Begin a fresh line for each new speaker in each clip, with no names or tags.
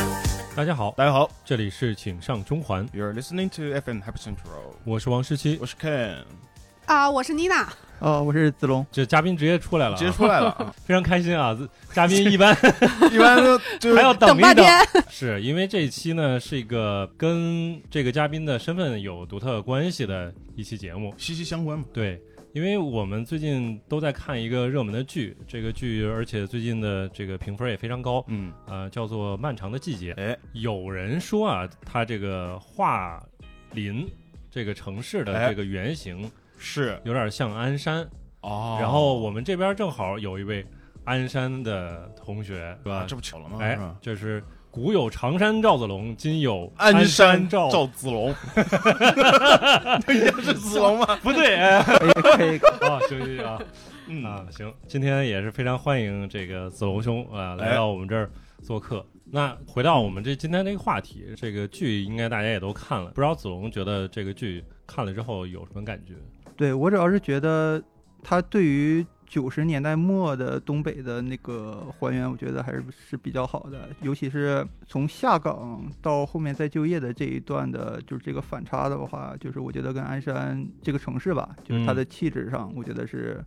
好，
大家好
这里是请上中环，
，You're listening to FM Happy Central，
我是王十七。
我是 Ken，
啊，我是妮娜，
哦，我是子龙，
这嘉宾直接出来了、
直接出来了， 啊
非常开心 啊！这嘉宾一般
一般都就是
还要等一
半天，
是因为这一期呢是一个跟这个嘉宾的身份有独特关系的一期节目。
息息相关嘛。
对，因为我们最近都在看一个热门的剧，这个剧而且最近的这个评分也非常高，
嗯，
呃，叫做《漫长的季节》。
哎
有人说啊，它这个桦林这个城市的
哎
这个原型
是
有点像鞍山，
哦
然后我们这边正好有一位鞍山的同学，是吧？
啊，这不巧了吗？
哎
是吧，
就是古有常山赵子龙，今有
鞍
山赵
赵 子龙，是子龙吗？
不对， 哎，啊，
可以可以，
休息啊啊
嗯，，
行，今天也是非常欢迎这个子龙兄啊
哎
来到我们这儿做客。那回到我们这今天这个话题，这个剧应该大家也都看了，不知道子龙觉得这个剧看了之后有什么感觉？
对我主要是觉得他对于九十年代末的东北的那个还原，我觉得还是是比较好的，尤其是从下岗到后面再就业的这一段的，就是这个反差的话，就是我觉得跟鞍山这个城市吧，就是它
嗯
的气质上，我觉得是。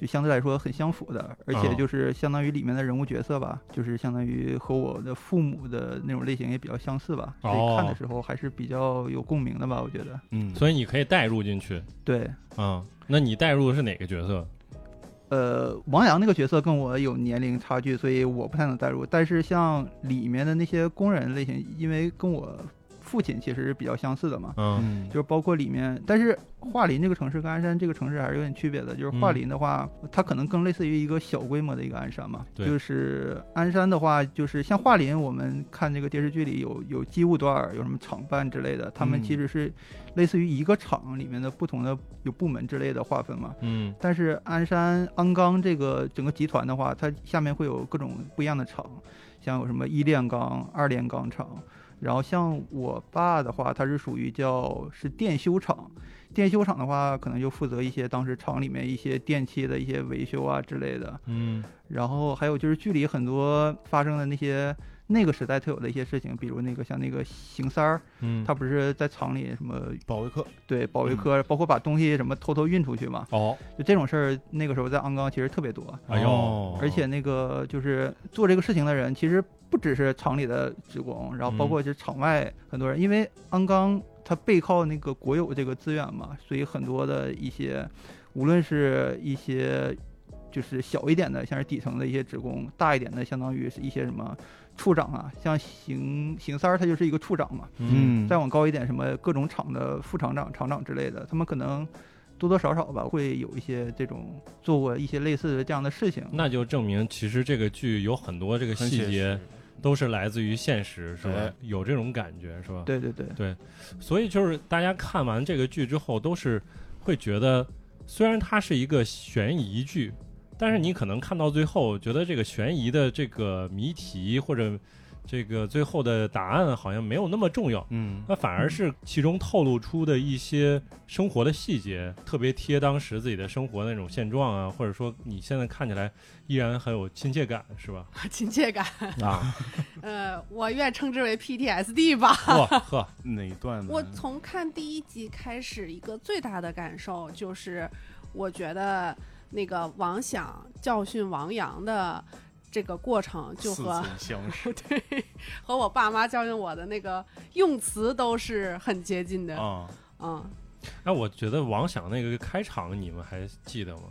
就相对来说很相符的，而且
哦
就是相当于里面的人物角色吧，就是相当于和我的父母的那种类型也比较相似吧，所以看
哦
的时候还是比较有共鸣的吧，我觉得。
嗯，
所以你可以代入进去
对，
啊。那你代入的是哪个角色？
呃，王阳那个角色跟我有年龄差距，所以我不太能代入。但是像里面的那些工人类型，因为跟我父亲其实是比较相似的嘛，
嗯
嗯，
就是包括里面，但是桦林这个城市跟鞍山这个城市还是有点区别的。就是桦
嗯
林的话，它可能更类似于一个小规模的一个鞍山嘛。
对
就是鞍山的话，就是像桦林，我们看这个电视剧里有有机务段儿，有什么厂办之类的，他们
嗯
其实是类似于一个厂里面的不同的有部门之类的划分嘛。
嗯
但是鞍山鞍钢这个整个集团的话，它下面会有各种不一样的厂，像有什么一炼钢、二炼钢厂，然后像我爸的话，他是属于叫是电修厂，电修厂的话，可能就负责一些当时厂里面一些电器的一些维修啊之类的，
嗯
然后还有就是剧里很多发生的那些。那个时代特有的一些事情，比如那个像那个邢三儿，
嗯，
他不是在厂里什么
保卫课
对保卫科，包括把东西什么偷偷运出去嘛，
哦，
就这种事儿，那个时候在鞍钢其实特别多，
哎呦
哦，
而且那个就是做这个事情的人，其实不只是厂里的职工，然后包括就是厂外很多人，因为鞍钢它背靠那个国有这个资源嘛，所以很多的一些，无论是一些就是小一点的，像是底层的一些职工，大一点的，相当于是一些什么处长啊，像邢邢三儿他就是一个处长嘛，
嗯
再往高一点，什么各种厂的副厂长、厂长之类的，他们可能多多少少吧，会有一些这种做过一些类似的这样的事情。
那就证明其实这个剧有很多这个
很
细
写
节
实
都是来自于现实，是吧
哎？
有这种感觉，是吧？
对对对，
所以就是大家看完这个剧之后，都是会觉得，虽然它是一个悬疑剧，但是你可能看到最后，觉得这个悬疑的这个谜题或者这个最后的答案好像没有那么重要，
嗯，
那反而是其中透露出的一些生活的细节，特别贴当时自己的生活那种现状啊，或者说你现在看起来依然很有亲切感，是吧？
亲切感，
啊，
呃，我愿称之为 PTSD 吧。
哇 呵，
哪一段呢？
我
嗯
从看第一集开始，一个最大的感受就是，我觉得那个王想教训王阳的这个过程，就
似
和
曾相 识
对和我爸妈教训我的那个用词都是很接近的。
哦
啊，
嗯，
那我觉得王想那个开场你们还记得吗？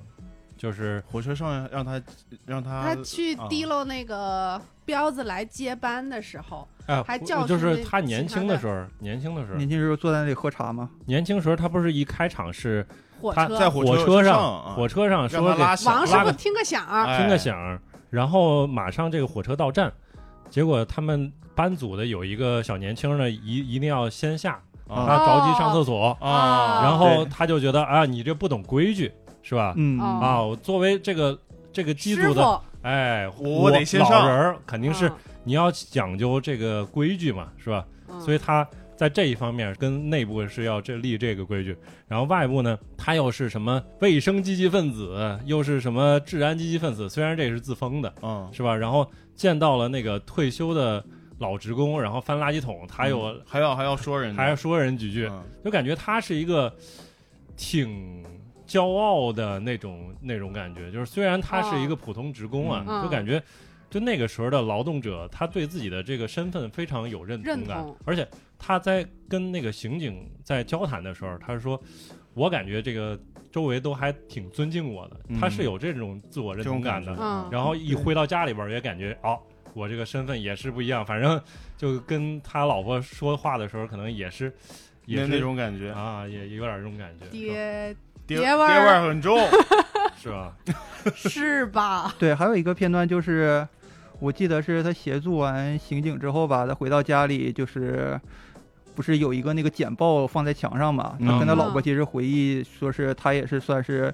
就是
火车上让他让他
他去
哦
提溜那个彪子来接班的时候，
哎，
还
不
教
就
训
是
那
他年
其他
轻的
的
时候，年轻的时候，
年轻时候坐在那里喝茶嘛，
年轻时候他不是一开场是
火
他
车
在
火
车
上，
啊
火车上
让
说
他
给
拉响
王师
拉
傅
个啊
听个响儿，
哎
听个响儿，然后马上这个火车到站，结果他们班组的有一个小年轻呢，一一定要先下，
啊
他着急上厕所，
哦啊
然后
对
他就觉得啊，你这不懂规矩是吧？
嗯，
哦
啊，我作为这个这个机
师
组
傅
的，哎，
我我得先上
老人儿肯定是
嗯
你要讲究这个规矩嘛，是吧？
嗯
所以他在这一方面跟内部是要这立这个规矩，然后外部呢，他又是什么卫生积极分子，又是什么治安积极分子，虽然这是自封的，
嗯
是吧？然后见到了那个退休的老职工，然后翻垃圾桶，他又、
嗯还要还要说人呢，
还要说人几句，
嗯
就感觉他是一个挺骄傲的那种那种感觉。就是虽然他是一个普通职工啊，
哦嗯
就感觉就那个时候的劳动者，他对自己的这个身份非常有认同感。
认同
而且他在跟那个刑警在交谈的时候，他说：“我感觉这个周围都还挺尊敬我的。
嗯
他是有这种自我认
这
同
种
感
感
的
觉。。
嗯
然后一回到家里边儿也感觉哦，我这个身份也是不一样，反正就跟他老婆说话的时候，可能也是也
那
是
那种感觉，
啊，也也有点这种感觉，是吧
爹
爹
爹
爹
味儿
味儿很重，
是 吧？
是 吧？
对，还有一个片段就是，我记得是他协助完刑警之后吧，他回到家里就是。不是有一个那个简报放在墙上嘛？
嗯
他跟他老婆其实回忆，说是他也是算是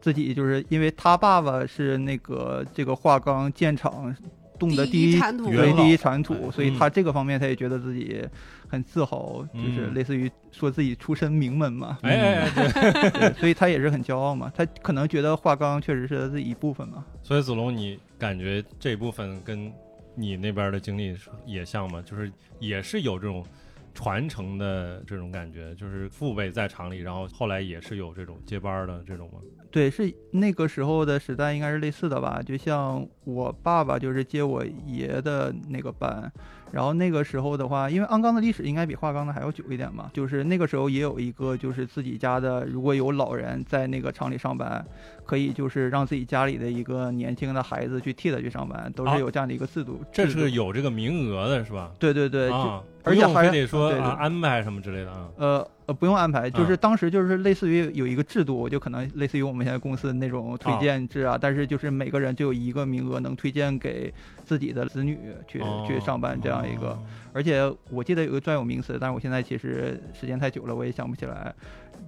自己，就是因为他爸爸是那个这个化钢建厂动的
第
第
一
一
铲土
对
元老
第一铲
哎
土，所以
嗯
他这个方面他也觉得自己很自豪，就是
嗯
类似于说自己出身名门嘛，
哎哎
嗯
哎，对。
对所以他也是很骄傲嘛。他可能觉得化钢确实是他自己一部分嘛。
所以子龙，你感觉这部分跟你那边的经历是也像吗？就是也是有这种传承的这种感觉，就是父辈在厂里，然后后来也是有这种接班儿的这种吗？
对，是那个时候的时代应该是类似的吧？就像我爸爸就是接我爷的那个班，然后那个时候的话，因为鞍钢的历史应该比华钢的还要久一点嘛，就是那个时候也有一个就是自己家的，如果有老人在那个厂里上班，可以就是让自己家里的一个年轻的孩子去替他去上班，都
啊
是有这样的一个制度。
这
制度
是有这个名额的是吧？
对对对，就
啊，
而且
不用
还
非得说
对对
啊安排什么之类的啊。
呃呃，不用安排，就
啊
是当时就是类似于有一个制度，就可能类似于我们现在公司那种推
啊
荐制啊，但是就是每个人就有一个名额能推荐给自己的子女去、去上班这样一个。
哦
而且我记得有个专有名词，但是我现在其实时间太久了，我也想不起来。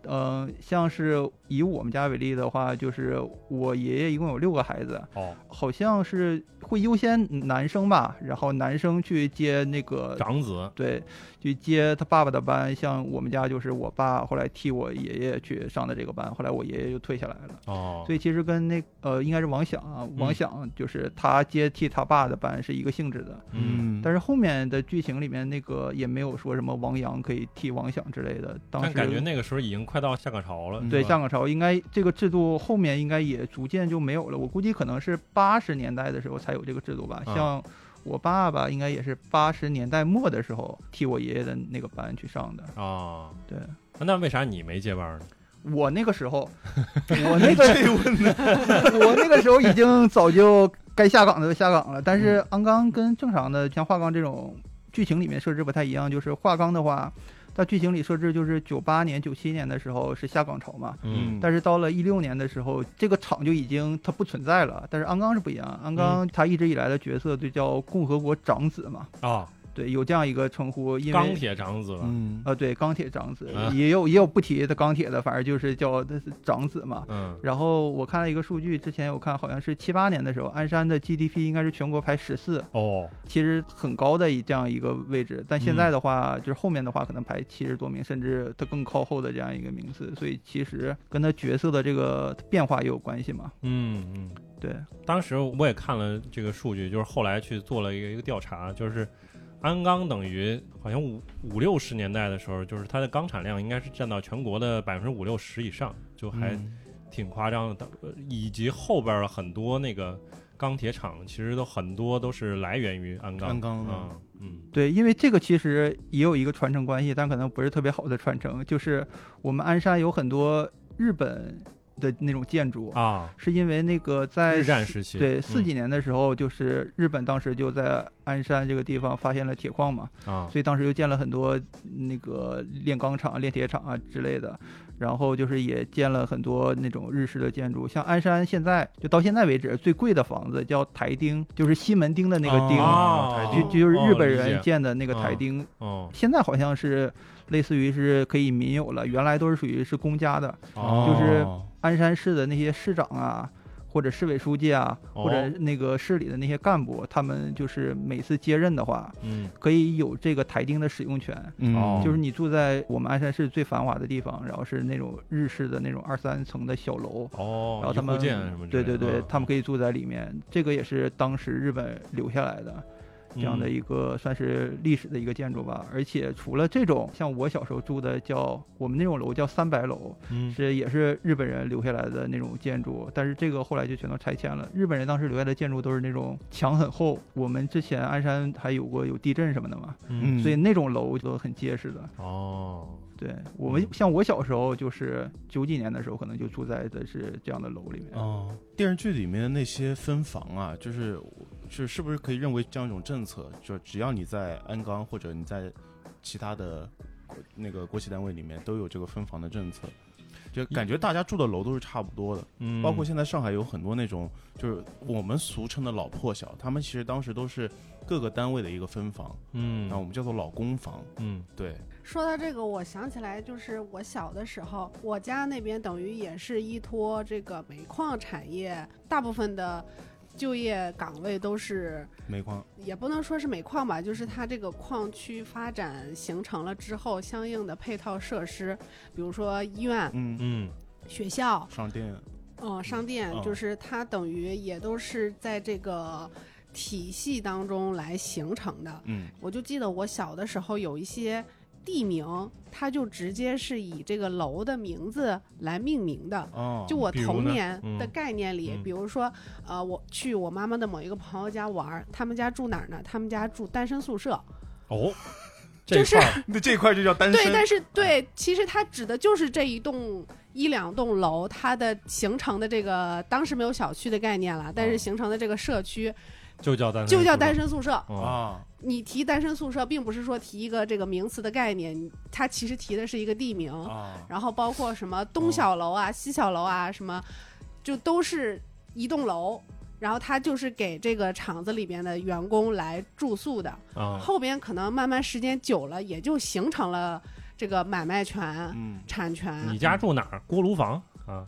嗯、像是以我们家为例的话，就是我爷爷一共有六个孩子，
哦，
好像是会优先男生吧，然后男生去接那个
长子
对，去接他爸爸的班。像我们家就是我爸后来替我爷爷去上的这个班，后来我爷爷就退下来了。
哦，
所以其实跟那呃应该是王响啊，
嗯
王响就是他接替他爸的班是一个性质的。
嗯，
但是后面的剧情里面那个也没有说什么王阳可以替王响之类的。当
但
时
感觉那个时候已经快到下岗潮了，
嗯
对
是吧
下岗潮应该这个制度后面应该也逐渐就没有了。我估计可能是八十年代的时候才有这个制度吧。
啊
像我爸爸应该也是八十年代末的时候替我爷爷的那个班去上的。
啊，
对
那为啥你没接班儿呢？
我那个时候，我那个 我那个时候已经早就该下岗的都下岗了。但是鞍钢跟正常的像华钢这种剧情里面设置不太一样，就是华钢的话，它剧情里设置就是九八年、九七年的时候是下岗潮嘛。
嗯，
但是到了一六年的时候，这个厂就已经它不存在了。但是鞍钢是不一样，鞍钢它一直以来的角色就叫共和国长子嘛，
啊，
对，有这样一个称呼。因
钢
为
铁长子了，
嗯
呃，对，钢铁长子
啊
也有也有不提的钢铁的，反正就是叫他是长子嘛。
嗯，
然后我看了一个数据，之前我看好像是七八年的时候，鞍山的 GDP 应该是全国排十四，
哦，
其实很高的一这样一个位置。但现在的话，就是后面的话可能排七十多名，甚至它更靠后的这样一个名次。所以其实跟他角色的这个变化也有关系嘛。
嗯嗯。
对，
当时我也看了这个数据，就是后来去做了一个一个调查，就是鞍钢等于好像五五六十年代的时候，就是它的钢产量应该是占到全国的百分之五六十以上，就
嗯
还
嗯
挺夸张的。当呃以及后边儿很多那个钢铁厂，其实都很多都是来源于鞍钢。
鞍钢的
啊，嗯
对，因为这个其实也有一个传承关系，但可能不是特别好的传承。就是我们鞍山有很多日本的那种建筑，
啊，
是因为那个在
日战时期，
对
嗯
四几年的时候，就是日本当时就在鞍山这个地方发现了铁矿嘛，
啊，
所以当时就建了很多那个炼钢厂、炼铁厂啊之类的，然后就是也建了很多那种日式的建筑，像鞍山现在就到现在为止最贵的房子叫台町，就是西门町的那个町。
哦
台
就
钉
就是日本
哦理
人
解
建的那个台町，
哦
现在好像是类似于是可以民有了，原来都是属于是公家的。
哦，
就是鞍山市的那些市长啊，或者市委书记啊，
哦
或者那个市里的那些干部，他们就是每次接任的话，
嗯
可以有这个台钉的使用权。
哦
嗯就是你住在我们鞍山市最繁华的地方，然后是那种日式的那种二三层的小楼，
哦，
然后他们
一户建什么之
对
类的
对对
啊，
他们可以住在里面。这个也是当时日本留下来的，
嗯
这样的一个算是历史的一个建筑吧。而且除了这种，像我小时候住的叫我们那种楼叫三百楼，
嗯
是也是日本人留下来的那种建筑，但是这个后来就全都拆迁了。日本人当时留下的建筑都是那种墙很厚，我们之前鞍山还有过有地震什么的嘛，
嗯
嗯
所以那种楼都很结实的。
哦，
对我们
嗯
像我小时候就是九几年的时候，可能就住在的是这样的楼里面。
哦，电视剧里面的那些分房啊，就是是是不是可以认为这样一种政策，就只要你在鞍钢或者你在其他的国那个国企单位里面都有这个分房的政策，就感觉大家住的楼都是差不多的，
嗯
包括现在上海有很多那种就是我们俗称的老破小，他们其实当时都是各个单位的一个分房，
嗯
那我们叫做老公房，
嗯
对，
说到这个，我想起来，就是我小的时候，我家那边等于也是依托这个煤矿产业，大部分的就业岗位都是，
煤矿，
也不能说是煤矿吧，就是它这个矿区发展形成了之后，相应的配套设施，比如说医院、
嗯，
嗯
学校，
上电，
嗯，商店
嗯
就是它等于也都是在这个体系当中来形成的。
嗯
我就记得我小的时候有一些地名，它就直接是以这个楼的名字来命名的。
哦，
就我
比如
童
呢
年的
嗯
概念里，
嗯
比如说，呃，我去我妈妈的某一个朋友家玩儿，他们家住哪儿呢？他们家住单身宿舍。
哦，
就
这
是
块儿嗯
那这一块就叫单身，
对，但是对，其实它指的就是这一栋一两栋楼它的形成的这个，当时没有小区的概念了，但是
嗯
形成的这个社区
就叫单身
就叫
宿舍
单身宿舍。
哦
啊，
你提单身宿舍，并不是说提一个这个名词的概念，它其实提的是一个地名，
哦
啊，
然后包括什么东小楼啊、西小楼啊，什么就都是一栋楼。然后它就是给这个厂子里边的员工来住宿的，
啊
后边可能慢慢时间久了，也就形成了这个买卖权、
嗯，
产
你
权。
家住哪儿？锅炉房啊？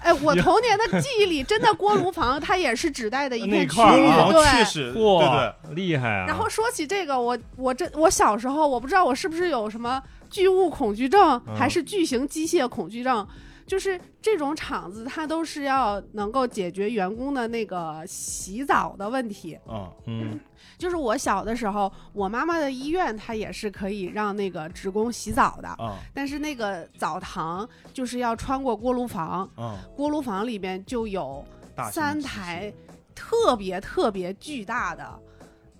哎，我童年的记忆里，真的锅炉房它也是指代的一
那
片区
块
域，
儿啊
然后确
对。
实，对对
哇，厉害啊！
然后说起这个，我我这我小时候，我不知道我是不是有什么巨物恐惧症，
嗯
还是巨型机械恐惧症。就是这种厂子，它都是要能够解决员工的那个洗澡的问题。
啊，
嗯
就是我小的时候，我妈妈的医院它也是可以让那个职工洗澡的，
啊
但是那个澡堂就是要穿过锅炉房，
啊，
锅炉房里边就有
大型
三
机器
台，特别特别巨大的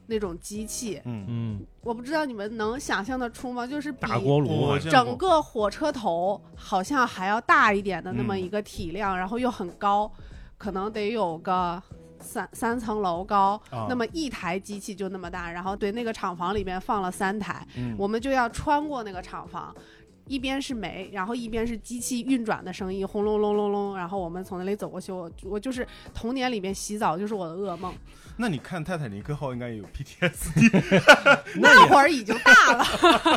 那种机器，
嗯，
嗯，
我不知道你们能想象得出吗？就是比
大锅炉啊
我见
整
过
个火车头好像还要大一点的那么
嗯
一个体量，然后又很高，可能得有个三三层楼高。
啊
那么一台机器就那么大，然后对那个厂房里面放了三台，
嗯
我们就要穿过那个厂房，一边是煤，然后一边是机器运转的声音，轰隆隆隆隆，然后我们从那里走过去，我我就是童年里面洗澡就是我的噩梦，
那你看《泰坦尼克号》应该也有 PTSD
那会儿已经大了，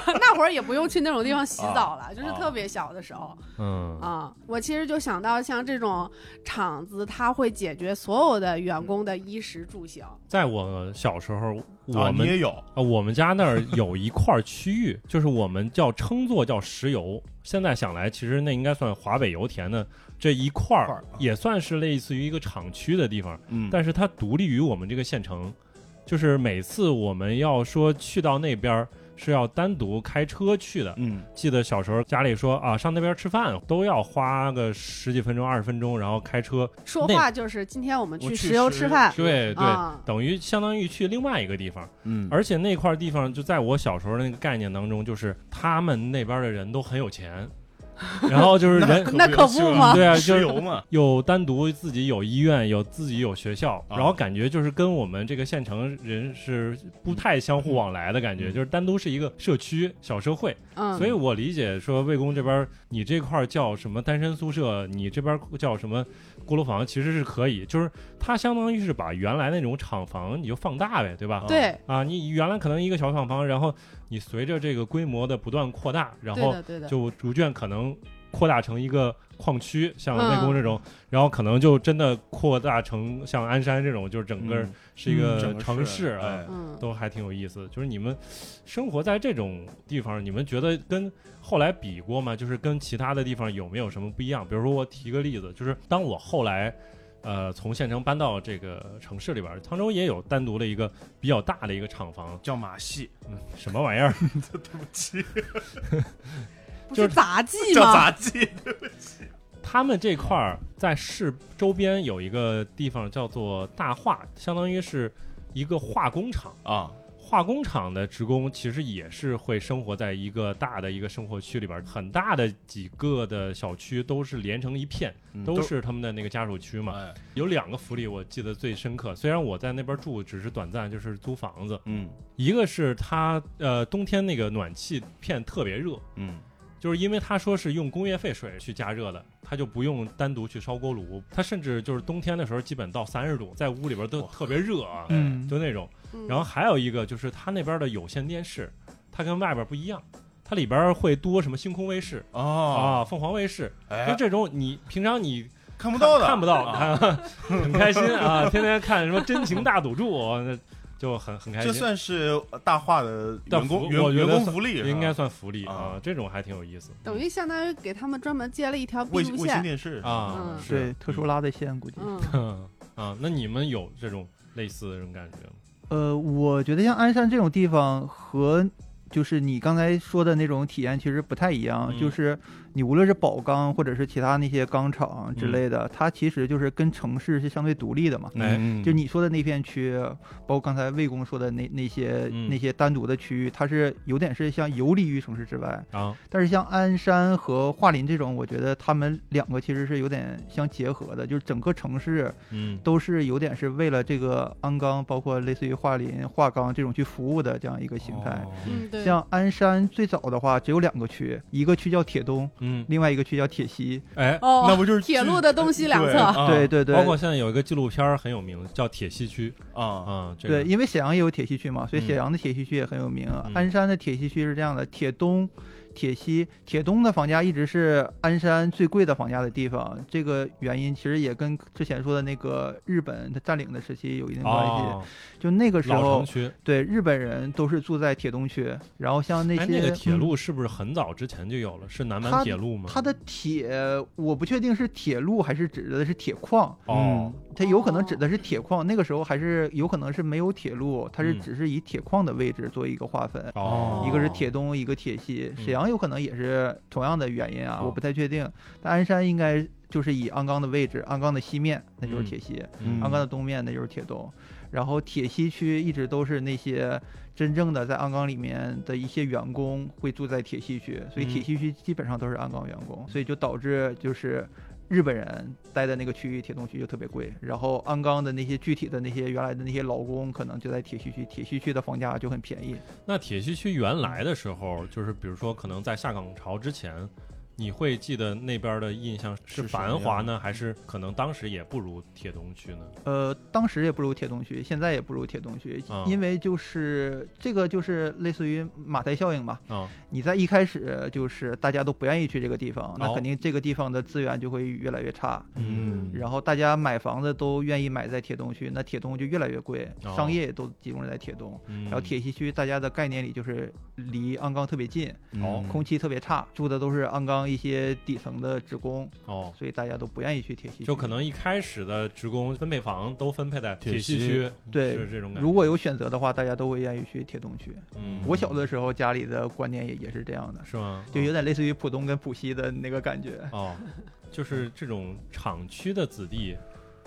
那会儿也不用去那种地方洗澡了，就是特别小的时候
嗯
啊、我其实就想到像这种厂子，它会解决所有的员工的衣食住行，
在我小时候，
啊
我
你
们
也有
啊，我们家那儿有一块儿区域，就是我们叫称作叫石油。现在想来，其实那应该算华北油田的这一块
块
儿
儿啊，
也算是类似于一个厂区的地方，
嗯
但是它独立于我们这个县城。就是每次我们要说去到那边儿，是要单独开车去的。
嗯
记得小时候家里说啊，上那边吃饭都要花个十几分钟、二十分钟，然后开车。
说
那
话就是今天我们
我
去
去
石油
石
吃饭，
对对，
啊
等于相当于去另外一个地方。
嗯
而且那块地方就在我小时候那个概念当中，就是他们那边的人都很有钱，然后就是人
那可不嘛
对啊就是
石油嘛，
有单独自己有医院，有自己有学校，
啊
然后感觉就是跟我们这个县城人是不太相互往来的感觉，
嗯
就是单独是一个社区小社会。
嗯，
所以我理解说，魏公这边你这块叫什么单身宿舍，你这边叫什么锅炉房，其实是可以，就是它相当于是把原来那种厂房你就放大呗，对吧？
对，
啊，你原来可能一个小厂房，然后你随着这个规模的不断扩大，然
对
后
的对的，
就逐渐可能扩大成一个矿区，像内
嗯
宫这种，然后可能就真的扩大成像鞍山这种，就是整个
嗯
是一
嗯
个
整个
城
市
市啊，
哎
嗯。
都还挺有意思。就是你们生活在这种地方，你们觉得跟后来比过吗？就是跟其他的地方有没有什么不一样？比如说我提个例子，就是当我后来。呃从县城搬到这个城市里边儿。沧州也有单独的一个比较大的一个厂房，
叫马 戏，
嗯、什么玩意儿？
对不起，
不
就是
是杂技
叫
吗？
杂 技。
他们这块儿在市周边有一个地方叫做大化，相当于是一个化工厂。
啊，
化工厂的职工其实也是会生活在一个大的一个生活区里边儿，很大的几个的小区都是连成一片，
嗯
都是他们的那个家属区嘛。
哎，
有两个福利我记得最深刻，虽然我在那边住只是短暂，就是租房子，
嗯
一个是它呃冬天那个暖气片特别热，
嗯
就是因为他说是用工业废水去加热的，他就不用单独去烧锅炉，他甚至就是冬天的时候基本到三十度，在屋里边都
哇
特别热
哦
啊，
嗯
就那种。
嗯
然后还有一个就是他那边的有线电视，它跟外边不一样，它里边会多什么星空卫视啊、
哦，
凤凰卫视，就
哎，
这种你平常你
看不到的，
看不到，
啊
看 很开心啊，天天看什么真情大赌注，那就很很开
这
心。
算是大话的
但
员工
福
员
我觉
员
得
工
算
福利是吧，
应该算福利
啊
啊，这种还挺有意思。
等于相当于给他们专门接了一条
卫
B 路
卫星
线。
电视
啊
嗯，
是
对，特殊拉的线估计。
嗯，
啊，那你们有这种类似的这种感觉吗？
呃，我觉得像鞍山这种地方和就是你刚才说的那种体验其实不太一样，
嗯
就是你无论是宝钢或者是其他那些钢厂
嗯
之类的，它其实就是跟城市是相对独立的嘛。
哎
嗯
就你说的那片区，包括刚才魏工说的那那些、
嗯
那些单独的区域，它是有点是像游离于城市之外。
啊，
但是像鞍山和桦林这种，我觉得他们两个其实是有点相结合的，就是整个城市
嗯，
都是有点是为了这个鞍钢，包括类似于桦林、桦钢这种去服务的这样一个形态。
哦
嗯，对，
像鞍山最早的话，只有两个区，一个区叫铁东，
嗯，
另外一个区叫铁西。
哎，
哦，
那不就是
铁路的东西两
对
侧？
啊
对对对，
包括现在有一个纪录片儿很有名，叫《铁西区》
啊，
啊，这
对，
个
因为沈阳也有铁西区嘛，所以
嗯
沈阳的铁西区也很有名。啊
嗯
鞍山的铁西区是这样的：铁东、铁西。铁东的房价一直是鞍山最贵的房价的地方，这个原因其实也跟之前说的那个日本它占领的时期有一定关系。
哦，
就那个时
老
候
城，区，
对日本人都是住在铁东区，然后像那些、
哎，那个铁
嗯
路是不是很早之前就有了？是南满
它
铁路吗？
它的铁，我不确定是铁路还是指的是铁矿，嗯
哦，
它有可能指的是铁矿。那个时候还是有可能是没有铁路，它是
嗯
只是以铁矿的位置做一个划分，
哦，
嗯一个是铁东，一个铁西。
嗯
沈阳有可能也是同样的原因啊，
哦
我不太确定。但鞍山应该就是以鞍钢的位置，鞍钢的西面那就是
嗯
铁西，
嗯，
鞍钢的东面那就是铁东。然后铁西区一直都是那些真正的在鞍钢里面的一些员工会住在铁西区，所以
嗯
铁西区基本上都是鞍钢员工，所以就导致就是日本人待的那个区域铁东区就特别贵，然后鞍钢的那些具体的那些原来的那些劳工可能就在铁西区，铁西区的房价就很便宜。
那铁西区原来的时候，就是比如说可能在下岗潮之前。你会记得那边的印象是
是什么
繁华
样
呢，还是可能当时也不如铁东区呢？
呃，当时也不如铁东区，现在也不如铁东区，
啊
因为就是这个就是类似于马太效应嘛，
啊，
你在一开始就是大家都不愿意去这个地方，那肯定这个地方的资源就会越来越差。
哦嗯
然后大家买房子都愿意买在铁东区，那铁东就越来越贵，
哦嗯
商业也都集中在铁东。
然
然后铁西区大家的概念里就是离鞍钢特别近，
哦
空气特别差，住的都是鞍钢一些底层的职工，
哦，
所以大家都不愿意去铁西区。
就可能一开始的职工分配房都分配在铁西
铁
区，
对
是这种感觉。
如果有选择的话，大家都会愿意去铁东区。
嗯
我小的时候家里的观念也也是这样的，
是吗？嗯
就有点类似于浦东跟浦西的那个感觉。
哦，就是这种厂区的子弟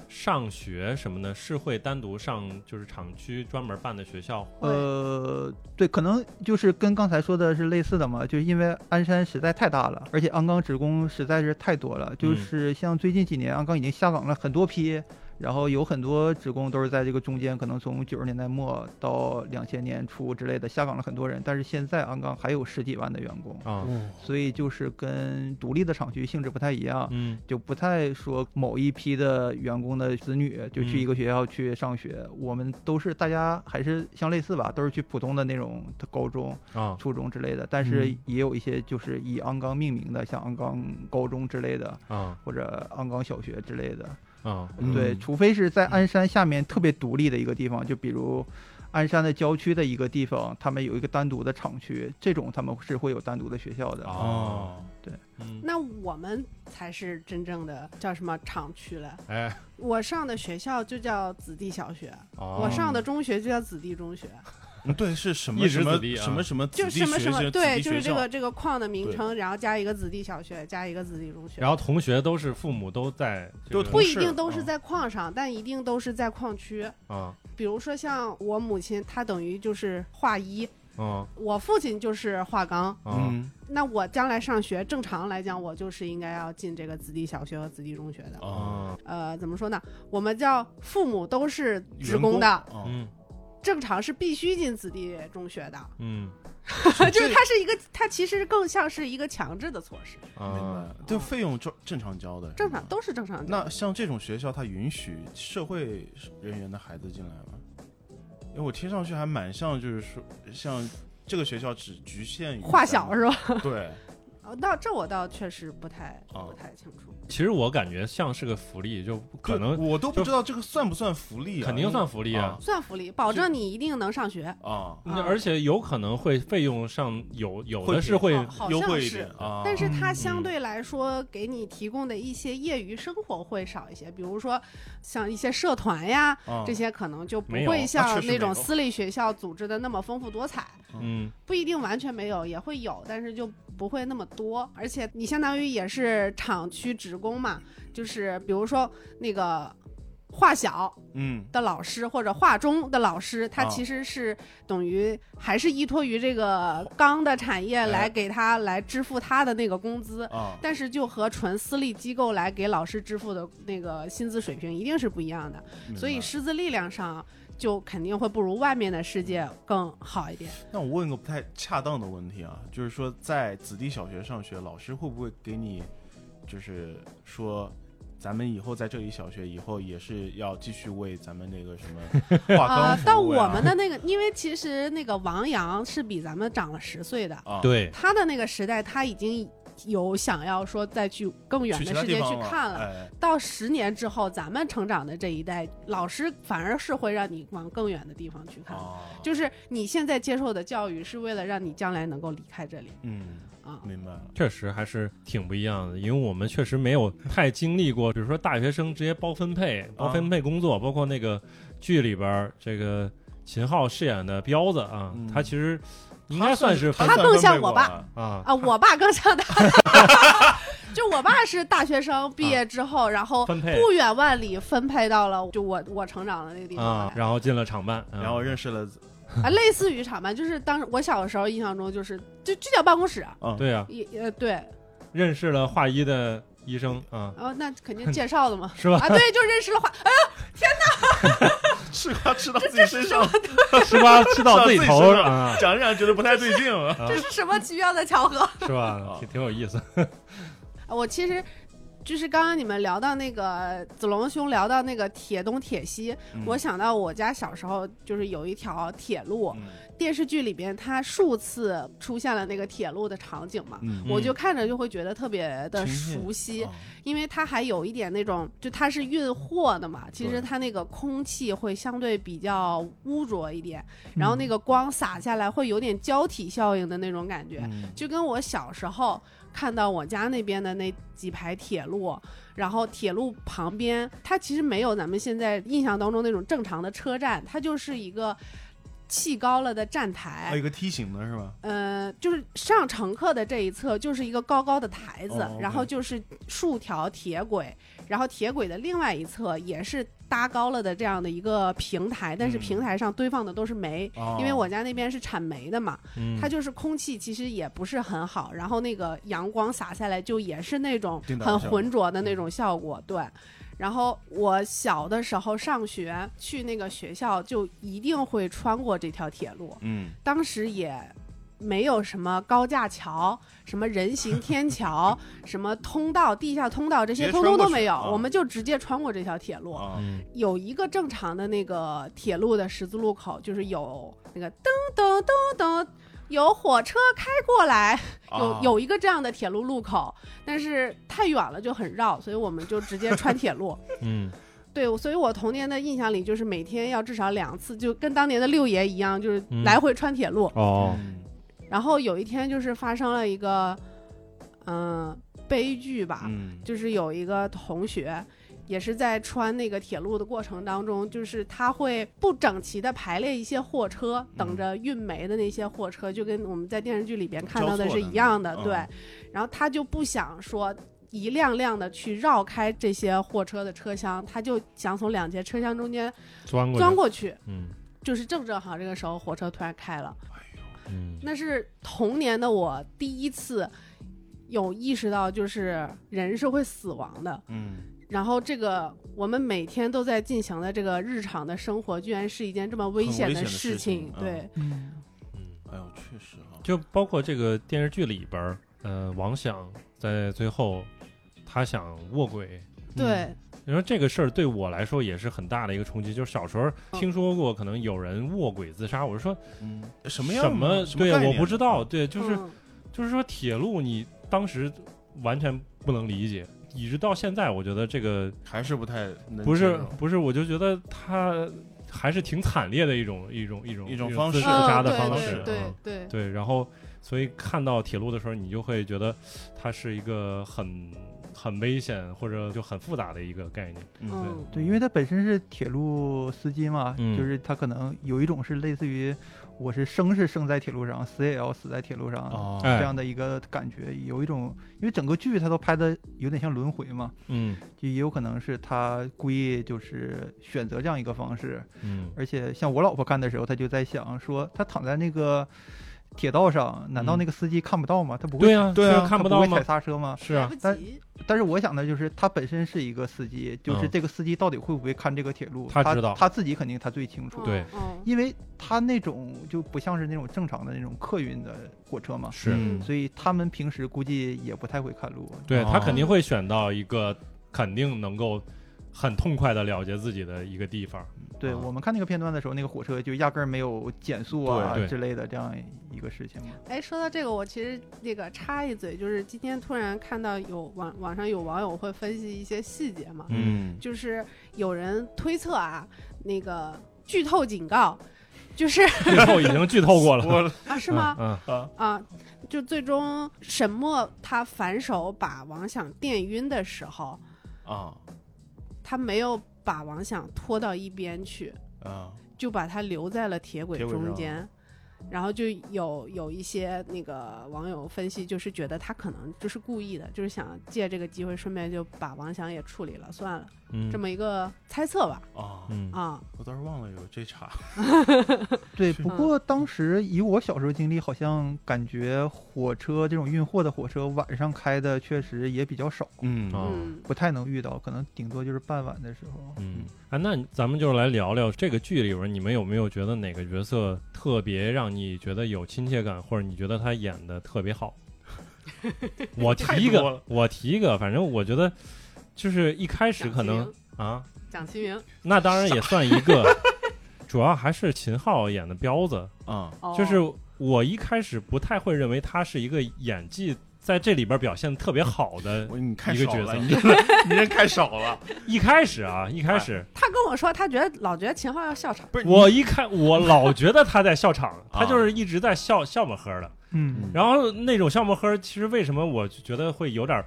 上学什么的，是会单独上就是厂区专门办的学校。
呃，对，可能就是跟刚才说的是类似的嘛，就是因为鞍山实在太大了，而且鞍钢职工实在是太多了，就
嗯
是像最近几年鞍钢已经下岗了很多批。然后有很多职工都是在这个中间，可能从九十年代末到两千年初之类的下岗了很多人，但是现在鞍钢还有十几万的员工，
啊，
嗯
所以就是跟独立的厂区性质不太一样，
嗯
就不太说某一批的员工的子女就
嗯
去一个学校去上学，我们都是大家还是相类似吧，都是去普通的那种的高中、
啊，
初中之类的，但是
嗯
也有一些就是以鞍钢命名的，像鞍钢高中之类的，
啊
或者鞍钢小学之类的。
啊，
嗯
对，除非是在鞍山下面特别独立的一个地方，就比如。鞍山的郊区的一个地方，他们有一个单独的厂区，这种他们是会有单独的学校的。
哦，
对，
嗯，
那我们才是真正的叫什么厂区了。
哎，
我上的学校就叫子弟小学，
哦
我上的中学就叫子弟中学，
嗯对，是什么
一直
什么
子弟啊
什么什么子
就
弟
什么什
学
么
生
对，
子弟
就是
学
这
校
个这个矿的名称，然后加一个子弟小学，加一个子弟中学
然。后同学都是父母都在这
都
个
不
同
一定
事
都是
嗯
在矿上，但一定都是在矿区。
啊，
比如说像我母亲，她等于就是化一，
嗯
我父亲就是化钢。
嗯，
那我将来上学，正常来讲，我就是应该要进这个子弟小学和子弟中学的。
哦
啊，
呃，怎么说呢？我们叫父母都是职工的，
员工，嗯
嗯
正常是必须进子弟中学的，
嗯
就是它是一个，它其实更像是一个强制的措施，
啊，
明白这费用正正常交的，是
正
吗
常都是正常的。
那像这种学校，它允许社会人员的孩子进来吗？因为我听上去还蛮像，就是说，像这个学校只局限于
化小是吧？
吧？对，
哦那这我倒确实不太
哦
不太清楚。
其实我感觉像是个福利，就 可
就
能
我都不
就
知道这个算不算福利啊？
肯定算福利啊。
算福利，保证你一定能上学。
啊，
啊
嗯而且有可能会费用上有有
会
的是会
好好
优
像
惠一
是
点，啊。
但是它
嗯
相
嗯
对来说给你提供的一些业余生活会少一些，比如说像一些社团呀，
啊
这些可能就不
没有
会
啊
像
确实
那
没
种
有
私立学校组织的那么丰富多彩。
嗯
不一定完全没有，也会有，但是就不会那么多。而且你相当于也是厂区职工嘛，就是比如说那个化小
嗯
的老师或者化中的老师，他
啊
其实是等于还是依托于这个钢的产
哎
业来给他来支付他的那个工资。
啊，
但是就和纯私立机构来给老师支付的那个薪资水平一定是不一样的，
明
所以
白
师资力量上就肯定会不如外面的世界更好一点。
那我问个不太恰当的问题啊，就是说在子弟小学上学，老师会不会给你，就是说，咱们以后在这里小学以后也是要继续为咱们那个什 么化
啊
妆，服
但
务呀
我们的那个，因为其实那个王阳是比咱们长了十岁的，
啊，
对，
他的那个时代他已经有想要说再去更远
去其
的
他
世界
地方
去看
了，
了。
哎，
到十年之后，咱们成长的这一代，老师反而是会让你往更远的地方去看。
啊，
就是你现在接受的教育，是为了让你将来能够离开这里
嗯，
啊。
明白了，
确实还是挺不一样的，因为我们确实没有太经历过，比如说大学生直接包分配、包分配工作，包括那个剧里边儿这个秦昊饰演的彪子啊，
嗯
他其实应该算是
他更像我爸
吧，
啊，
啊，我爸更像他， 就我爸是大学生毕业之后，然后
分配
不远万里分配到了就我我成长的那个地方
啊
来，
然后进了厂办，啊
嗯
然后认识 了，
啊，类似于厂办，就是当时我小的时候印象中就是就就叫办公室，
啊，
对啊，
也呃对，
认识了华医的医生 啊，，
哦那肯定介绍的嘛
是吧？
啊对，就认识了华，哎
吃瓜吃到自己身上，
吃瓜吃到自己头
上
上啊，
讲着讲着觉得不太对劲了，
这是什么奇妙的巧合？
是吧？挺挺有意思，
我其实。就是刚刚你们聊到那个子龙兄聊到那个铁东铁西，
嗯
我想到我家小时候就是有一条铁路，
嗯
电视剧里边它数次出现了那个铁路的场景嘛，
嗯
嗯
我就看着就会觉得特别的
亲切
熟悉，
啊
因为它还有一点那种，就它是运货的嘛，其实
对
它那个空气会相对比较污浊一点，
嗯
然后那个光洒下来会有点胶体效应的那种感觉，
嗯
就跟我小时候看到我家那边的那几排铁路，然后铁路旁边它其实没有咱们现在印象当中那种正常的车站，它就是一个砌高了的站台
还有。一个梯形的是吧？
呃，就是上乘客的这一侧就是一个高高的台子，
哦，OK
然后就是数条铁轨，然后铁轨的另外一侧也是搭高了的这样的一个平台，但是
嗯
平台上堆放的都是煤。
啊
因为我家那边是产煤的嘛，
嗯
它就是空气其实也不是很好，然后那个阳光洒下来就也是那种
叮当
很
效果嗯
浑浊的那种效果，对。然后我小的时候上学去那个学校，就一定会穿过这条铁路，
嗯
当时也没有什么高架桥、什么人行 天桥、什么通道、地下通道这些
直接
通通都
穿过去
没有，
啊
我们就直接穿过这条铁路。
啊
嗯
有一个正常的那个铁路的十字路口，就是有那个噔噔噔噔，有火车开过来，有
啊
有一个这样的铁路路口，但是太远了就很绕，所以我们就直接穿铁路。
嗯
对，所以我童年的印象里就是每天要至少两次，就跟当年的六爷一样，就是
嗯
来回穿铁路。
哦，
嗯
然后有一天就是发生了一个，嗯、悲剧吧，
嗯
就是有一个同学，也是在穿那个铁路的过程当中，就是他会不整齐的排列一些货车，
嗯
等着运煤的那些货车，就跟我们在电视剧里边看到的是一样的，
交错
对
的那。嗯
然后他就不想说。一辆辆的去绕开这些货车的车厢，他就想从两节车厢中间
钻过
钻
去，
过去，
嗯
就是正正好这个时候火车突然开了，
哎
嗯，
那是童年的我第一次有意识到，就是人是会死亡的，
嗯
然后这个我们每天都在进行的这个日常的生活，居然是一件这么危
很
险
危
的
险的事
情
情。嗯
啊
对，
嗯，
哎呦，确实哈，
就包括这个电视剧里边儿，呃，王想在最后他想卧轨，
对，
你说这个事儿对我来说也是很大的一个冲击，就是小时候
嗯
听说过可能有人卧轨自杀，我是说
嗯，什
什
么样的
么
什么
对
概
我
念啊
不知
呢
道，，对，就是
嗯
就是说铁路你当时完全不能理解，以直到现在，我觉得这个
还是不太能
不
接
是啊
受
不是，我就觉得他还是挺惨烈的一种一种一种
一种方
自
式
自杀
嗯
的
对
方
对
式，
对
嗯
对
对，然后所以看到铁路的时候，你就会觉得它是一个很很危险或者就很复杂的一个概念，
嗯
对，因为他本身是铁路司机嘛，
嗯
就是他可能有一种是类似于我是生是生在铁路上，死也要死在铁路上。
哦
哎
这样的一个感觉，有一种，因为整个剧它都拍的有点像轮回嘛，
嗯
就也有可能是他故意就是选择这样一个方式，
嗯
而且像我老婆看的时候，她就在想说，她躺在那个铁道上，难道那个司机看不到吗？他不
嗯
会，
对啊
对啊
是
他
看
不
不到
会
吗
踩？刹车吗？
是啊，
来
但
不及，
但是我想的就是，他本身是一个司机，就是
嗯
这个司机到底会不会看这个铁路，
他
他
知道
他自己肯定他最清楚，
嗯
对，
嗯
因为他那种就不像是那种正常的那种客运的火车嘛，
是。
嗯
所以他们平时估计也不太会看路。
对他
哦
肯定会选到一个肯定能够很痛快的了结自己的一个地 方。
对
啊
我们看那个片段的时候，那个火车就压根儿没有减速啊
对对
之类的这样一个事情嘛。
哎，说到这个，我其实那个插一嘴，就是今天突然看到有网网上有网友会分析一些细节嘛，
嗯
就是有人推测啊，那个剧透警告，就是
剧透已经剧透过了，
我
啊，是吗？
嗯？
啊，就最终沈墨他反手把王想电晕的时候，
啊
他没有把王想拖到一边去，
啊
就把他留在了铁轨
铁轨上
中间。然后就有有一些那个网友分析，就是觉得他可能就是故意的，就是想借这个机会顺便就把王想也处理了，算了，
嗯，
这么一个猜测吧。
啊！
嗯
啊，
我倒是忘了有这茬，
对，
是
不过当时以我小时候经历，好像感觉火车这种运货的火车晚上开的确实也比较少，
嗯
啊
嗯，
不太能遇到，可能顶多就是傍晚的时候。
嗯啊，那咱们就来聊聊这个剧里边，你们有没有觉得哪个角色特别让你觉得有亲切感，或者你觉得他演的特别好？我提一
太多
个
了，
我提一个，反正我觉得就是一开始
蒋
可
奇
能
明
啊，
蒋奇明，
那当然也算一个，主要还是秦昊演的彪子，
啊
哦
就是我一开始不太会认为他是一个演技在这里边表现得特别好的
我。你看
一个
少
角
了，
色
你这你这看少了，
一开始啊，一开始
他跟我说，他觉得老觉得秦昊要笑场。
不是
我一看，我老觉得他在笑场，他就是一直在笑笑么呵的。
嗯，
然后那种笑么呵，其实为什么我就觉得会有点儿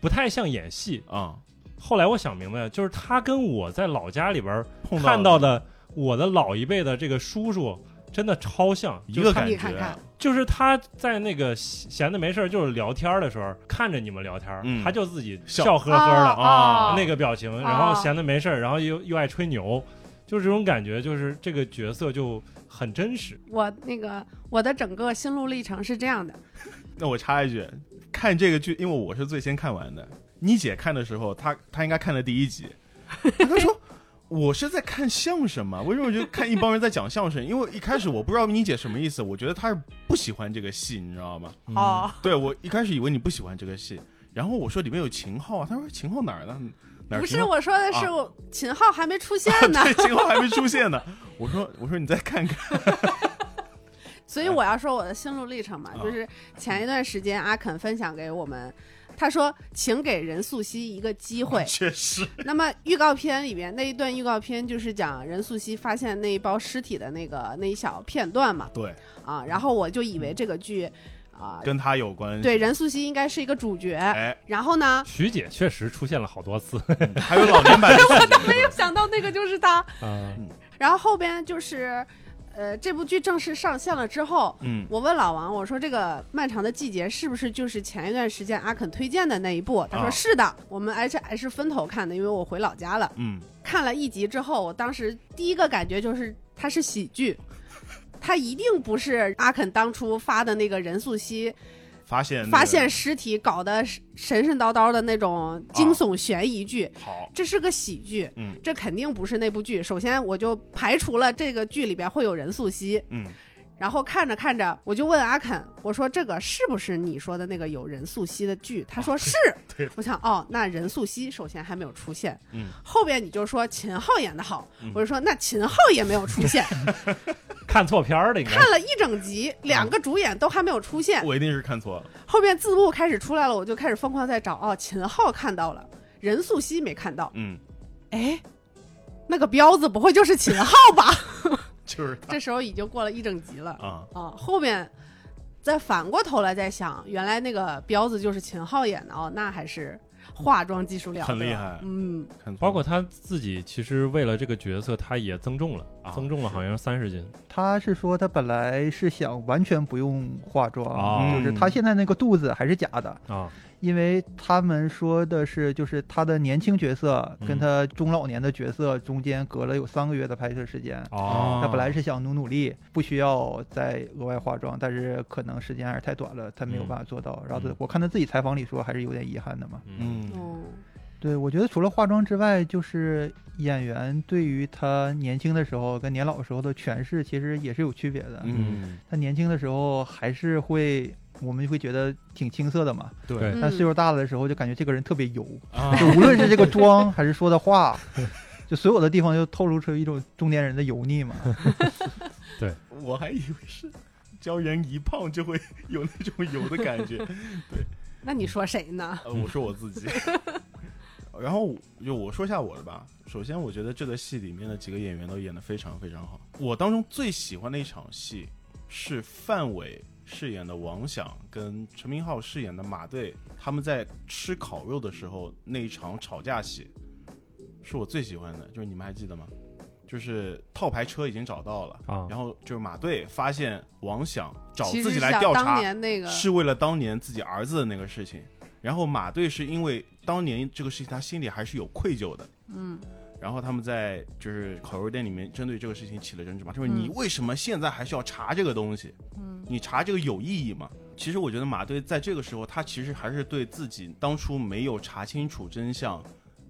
不太像演戏？
啊，
后来我想明白了，就是他跟我在老家里边儿
碰
看到的我的老一辈的这个叔叔真的超像，
一
就
个
他
感觉，
你看看
就是他在那个闲闲的没事儿就是聊天儿的时候，看着你们聊天儿，
嗯
他就自己
笑
笑呵呵的啊
哦哦
那个表情，然后闲的没事儿，然后又又爱吹牛，就是这种感觉，就是这个角色就很真实。
我那个我的整个心路历程是这样的，
嗯
那我插一句，看这个剧，因为我是最先看完的。你姐看的时候，她她应该看了第一 集，她说。我是在看相声嘛？为什么我就看一帮人在讲相声？因为一开始我不知道你姐什么意思，我觉得她是不喜欢这个戏，你知道吗？
哦，
对我一开始以为你不喜欢这个戏，然后我说里面有秦昊啊，她说秦昊哪儿呢？哪儿
不
秦
是
昊？
我说的是
啊
我秦昊还没出现
啊
呢，
对，秦昊还没出现呢。我说我说你再看看，
所以我要说我的心路历程嘛，
啊
就是前一段时间阿肯分享给我们。他说：“请给任素汐一个机
哦
会。”
确实，
那么预告片里边那一段预告片就是讲任素汐发现那一包尸体的那个那一小片段嘛，
对，
啊，然后我就以为这个剧，啊，
跟他有关系。
对，任素汐应该是一个主角。
哎，
然后呢，
徐姐确实出现了好多次
还有老 年版的
我都没有想到那个就是他。
啊，
然后后边就是，呃，这部剧正式上线了之后，
嗯，
我问老王，我说这个《漫长的季节》是不是就是前一段时间阿肯推荐的那一部？他说
啊
是的，我们 H S 分头看的，因为我回老家了。
嗯，
看了一集之后，我当时第一个感觉就是它是喜剧，它一定不是阿肯当初发的那个任素汐
发现那个
发现尸体搞得神神叨叨的那种惊悚悬疑剧，
好，
这是个喜剧。
嗯
这肯定不是那部剧。首先，我就排除了这个剧里边会有任素汐，
嗯，
然后看着看着，我就问阿肯，我说这个是不是你说的那个有任素汐的剧？他说是。
对
我想哦，那任素汐首先还没有出现，
嗯
后边你就说秦昊演的好，
嗯
我就说那秦昊也没有出 现，
看错片儿了应该。
看了一整集，两个主演都还没有出 现，
我一定是看错了，
后面字幕开始出来了，我就开始疯狂在找，哦，秦昊看到了，任素汐没看到，
嗯，
哎，那个彪子不会就是秦昊吧？
就是他
这时候已经过了一整集了。
啊，
啊，后面再反过头来再想，原来那个彪子就是秦昊演的哦，那还是化妆技术了得，
很厉害
嗯，
看错了
包括他自己，其实为了这个角色，他也增重了，
啊
增重了好像三十斤。
他是说他本来是想完全不用化妆，
哦
就是他现在那个肚子还是假的，
啊，
因为他们说的是就是他的年轻角色
嗯
跟他中老年的角色中间隔了有三个月的拍摄时间。
哦，
他本来是想努努力，不需要再额外化妆，但是可能时间还是太短了，他没有办法做到。然后他
嗯
我看他自己采访里说，还是有点遗憾的嘛。
嗯，
嗯，
哦，
对，我觉得除了化妆之外，就是演员对于他年轻的时候跟年老时候的诠释，其实也是有区别的。
嗯，
他年轻的时候还是会，我们会觉得挺青涩的嘛。
对
但
嗯
岁数大了的时候，就感觉这个人特别油，
啊，
就无论是这个妆还是说的话，就所有的地方就透露出一种中年人的油腻嘛。
我还以为是。只要人一胖就会有那种油的感觉，
那你说谁呢？
呃，我说我自己。 然后就我说一下我的吧。首先，我觉得这个戏里面的几个演员都演得非常非常好。我当中最喜欢的一场戏是范伟饰演的王响跟陈明昊饰演的马队他们在吃烤肉的时候那一场吵架戏，是我最喜欢的。就是你们还记得吗？就是套牌车已经找到嗯了，
啊
然后就是马队发现王响找
其
自
实
己
是
来
想
调查，
当年那个
是为了当年自己儿子的那个事情。然后马队是因为当年这个事情，他心里还是有愧疚的。
嗯，
然后他们在就是烤肉店里面针对这个事情起了争执嘛，就是
嗯
你为什么现在还是要查这个东西？
嗯，
你查这个有意义吗？其实我觉得马队在这个时候，他其实还是对自己当初没有查清楚真相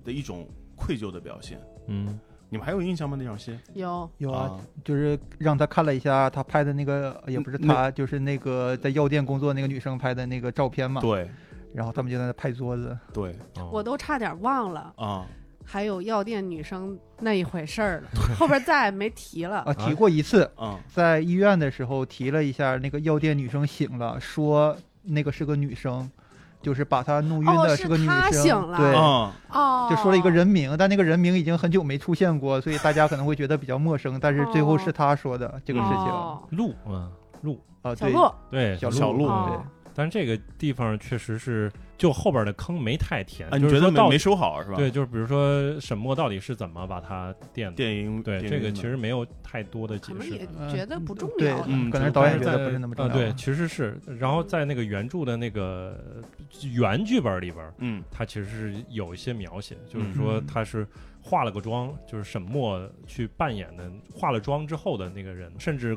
的一种愧疚的表现。
嗯，
你们还有印象吗？那场戏
有
有啊，，就是让他看了一下他拍的那个，也不是他，就是那个在药店工作那个女生拍的那个照片嘛。
对啊
然后他们就在那拍桌子。
对
哦
我都差点忘了，
啊，
还有药店女生那一回事儿了，后边再也没提了。
啊，提过一次，
嗯
在医院的时候提了一下，那个药店女生醒了，说那个是个女生，就是把她弄晕
哦
的
是
个女生，
她醒了
对。
嗯，
哦，
就说了一个人名，但那个人名已经很久没出现过，所以大家可能会觉得比较陌生。但是最后是她说的
这
这个事情啊、
哦、
鹿啊，
小
对，
鹿，
对，
小
小鹿
鹿，
哦
但这个地方确实是，就后边的坑没太填，就
啊，你
是
觉
说
得
到
没
底
没收好是吧？
对，，就是比如说沈墨到底是怎么把他垫的？
电影
对，
电
这个
影
其实没有太多的解
可能
释
也
的。
嗯
觉得不重
对
要了。
嗯
可能
就
导
但
演
是
觉
在
得不是那么重要。啊
呃对，其实是，然后在那个原著的那个原剧本里边，
嗯
他其实是有一些描写，就是
嗯
说他是化了个妆，就是沈墨去扮演的化了妆之后的那个人，甚至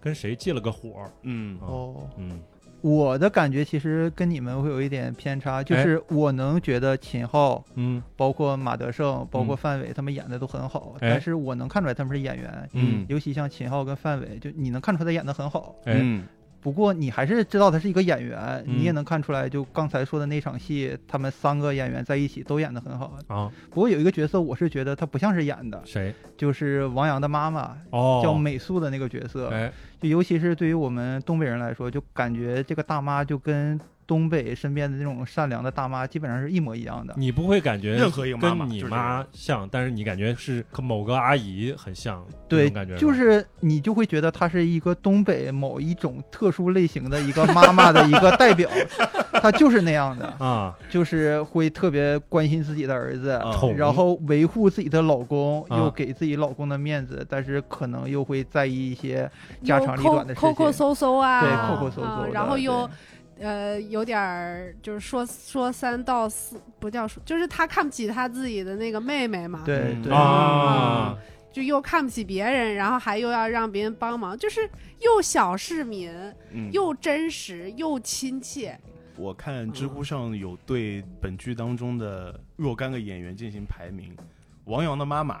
跟谁借了个火儿，
嗯
啊
哦，
嗯
我的感觉其实跟你们会有一点偏差，就是我能觉得秦昊。
嗯
包括马德胜，包
嗯
括范伟，他们演的都很好，
哎
但是我能看出来他们是演员，
嗯
尤其像秦昊跟范伟，就你能看出他演的很好，
哎
嗯
不过你还是知道他是一个演员，
嗯
你也能看出来，就刚才说的那场戏，他们三个演员在一起都演得很好。
啊
不过有一个角色，我是觉得他不像是演的，
谁
就是王阳的妈妈。
哦
叫美素的那个角色，
哎
就尤其是对于我们东北人来说，就感觉这个大妈就跟东北身边的那种善良的大妈，基本上是一模一样的。
你不会感觉
任何一个妈妈
跟你
就是
妈像，但是你感觉是跟某个阿姨很像，那
对
种感觉，
就是是你就会觉得她是一个东北某一种特殊类型的一个妈妈的一个代 表，她就是那样的，
啊，
就是会特别关心自己的儿子，
嗯
啊
宠
然后维护自己的老公，
哦啊
又给自己老公的面子，但是可能又会在意一些家长里
又抠
短的事
抠抠
情，
搜搜啊，
对，
啊
抠抠搜
啊
搜的，
然后又
对。
呃，有点儿就是说说三道四，不叫说，就是他看不起他自己的那个妹妹嘛，
对
嗯
对
啊，
就又看不起别人，然后还又要让别人帮忙，就是又小市民，
嗯，
又真实又亲切。
嗯
我看知乎上有对本剧当中的若干个演员进行排名，王阳的妈妈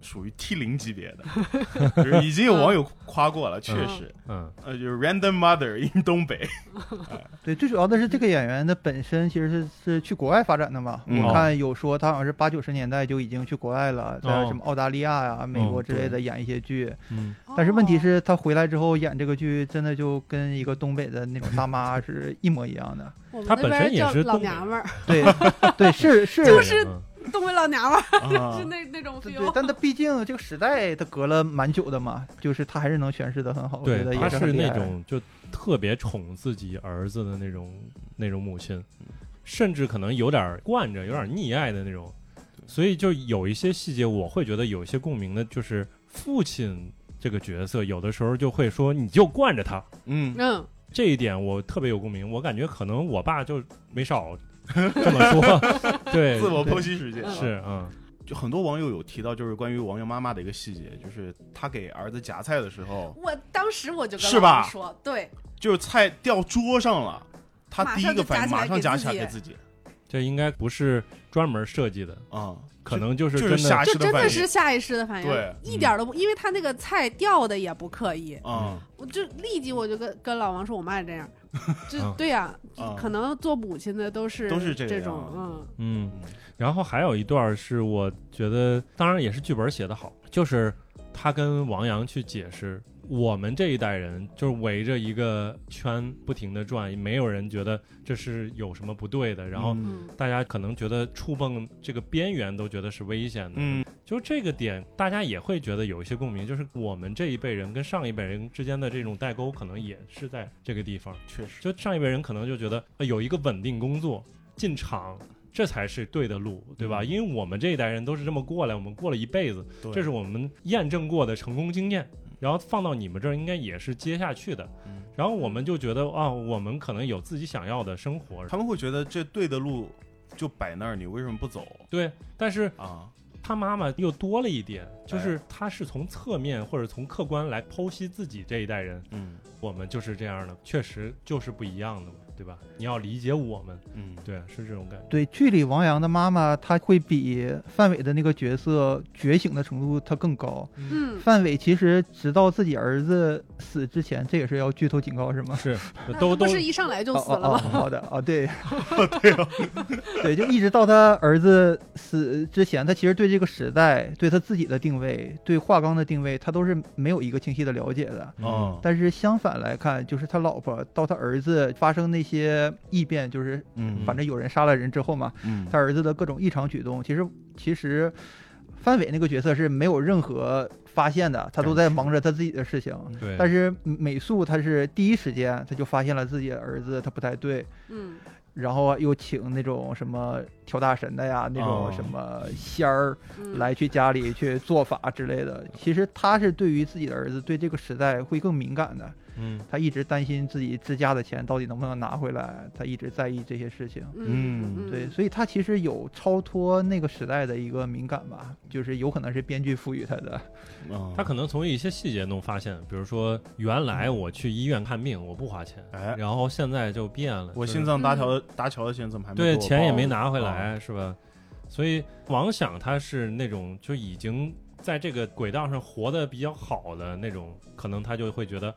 属于 T 零级 别的，就是已经有网友夸过了，确实，
嗯，
呃，就是 Random Mother in 东北，
对，最主要的是这个演员的本身其实是是去国外发展的嘛。
嗯
哦
我看有说他好像是八九十年代就已经去国外了，在
哦
什么澳大利亚呀、美国之类的演一些剧。
嗯，
但是问题
哦，
是，他回来之后演这个剧，真的就跟一个东北的那种大妈是一模一 样的。
我们
他
那
本
边
身也
叫
是
老
东北
娘们儿，
对，对，是是。
就
嗯
是
嗯
东北老娘们儿
啊
是那那种
对对
feel。
但他毕竟这个时代，他隔了蛮久的嘛，就是他还是能诠释的很好，我觉得
对，
也
她
很
是
厉
那
害。
种就特别宠自己儿子的那种那种母亲，甚至可能有点惯着，有点溺爱的那种，所以就有一些细节我会觉得有一些共鸣的，就是父亲这个角色有的时候就会说你就惯着他，
嗯，
嗯，
这一点我特别有共鸣，我感觉可能我爸就没少这么 说，对
自，我剖析时间
对
是嗯
就很多网友有提到，就是关于王阳妈妈的一个细节，就是她给儿子夹菜的时候，
我当时我就跟
是
老
吧
师说，对，
就是菜掉桌上了，她第一个反应马
马上
上
就夹
夹
起
起
来
来
给
给自
自
己
这应该不是专门设计的，
啊，
可能就是
就
真
是
的
下意
就
识
真
反
的
应
是下意识的反应，
对
一点儿都不，因为他那个菜掉的也不刻意，
啊
我就立即我就跟跟老王说，我妈也这样，就
啊
对呀，
啊，
可能做母亲的都是
都是这个
这
样
种，嗯
嗯。然后还有一段是我觉得，当然也是剧本写得好，就是他跟王阳去解释，我们这一代人就是围着一个圈不停地转，没有人觉得这是有什么不对的，然后
嗯，
大家可能觉得触碰这个边缘都觉得是危险的，
嗯
就这个点大家也会觉得有一些共鸣，就是我们这一辈人跟上一辈人之间的这种代沟，可能也是在这个地方。
确实
就上一辈人可能就觉得、呃有一个稳定工作进厂，这才是对的路，对吧？
嗯
因为我们这一代人都是这么过来，我们过了一辈子，
对
这是我们验证过的成功经验。然后放到你们这儿，应该也是接下去的。
嗯
然后我们就觉得啊，我们可能有自己想要的生活。
他们会觉得这对的路就摆那儿，你为什么不走
对，但是
啊？
他妈妈又多了一点，
哎
就是他是从侧面或者从客观来剖析自己这一代人，
嗯
我们就是这样的，确实就是不一样的嘛，对吧？你要理解我们，
嗯，
对，是这种感觉。
对，剧里王阳的妈妈，她会比范伟的那个角色觉醒的程度她更高。
嗯，
范伟其实直到自己儿子死之前，这也是要剧透警告是 吗？
是，
那
都
不
都
是一上来就
哦
死
哦
了
哦，
吗？
好的哦，对， 哦对，就一直到他儿子死之前，他其实对这个时代、对他自己的定位、对华冈的定位，他都是没有一个清晰的了解的。
哦，
但是相反来看，就是他老婆到他儿子发生那些异变，就是
嗯
反正有人杀了人之后嘛，
嗯
他儿子的各种异常举动，其实其实范伟那个角色是没有任何发现的，他都在忙着他自己的事情。
嗯
对，
但是美素他是第一时间他就发现了自己儿子他不太对，
嗯，
然后又请那种什么跳大神的呀，那种
哦
什么仙儿
嗯，
来去家里去做法之类的。其实他是对于自己的儿子，对这个时代会更敏感的。
嗯
他一直担心自己自家的钱到底能不能拿回来，他一直在意这些事情。
嗯，嗯，
对，
嗯
所以他其实有超脱那个时代的一个敏感吧，就是有可能是编剧赋予他的。
嗯
嗯他可能从一些细节中发现，比如说原来我去医院看病我不花钱，
哎，
然后现在就变了，
我
就是
心脏搭桥的搭桥的钱怎么还没
对
给我
钱也
报啊
没拿回来，是吧？所以王想他是那种就已经在这个轨道上活得比较好的那种，可能他就会觉得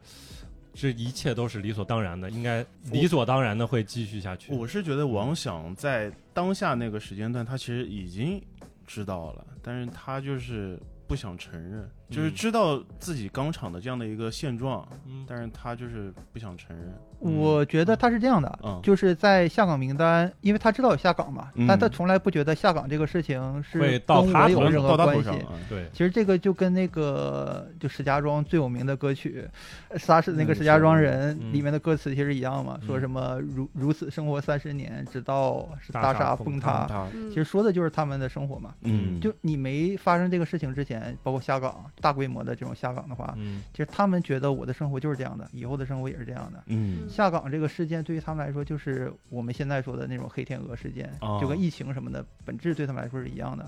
这一切都是理所当然的，应该理所当然的会继续下去。
我是觉得王想在当下那个时间段，他其实已经知道了，但是他就是不想承认，就是知道自己钢厂的这样的一个现状，
嗯
但是他就是不想承认。
我觉得他是这样的，
嗯
就是在下岗名单，因为他知道有下岗嘛，
嗯
但他从来不觉得下岗这个事情是
会
跟
到他头
我有
上
任何
到他
关
头
系
上。啊，
对，
其实这个就跟那个就石家庄最有名的歌曲《杀死那个
嗯
石家庄
是
人》
嗯
里面的歌词其实一样嘛，
嗯
说什么如如此生活三十年，直到是
大
大
厦
厦
崩
崩
塌
塌。
他
嗯
其实说的就是他们的生活嘛。
嗯，
啊就你没发生这个事情之前，包括下岗大规模的这种下岗的话，
嗯
其实他们觉得我的生活就是这样的，以后的生活也是这样的。
嗯
嗯
下岗这个事件对于他们来说，就是我们现在说的那种黑天鹅事件，
哦
就跟疫情什么的本质对他们来说是一样的，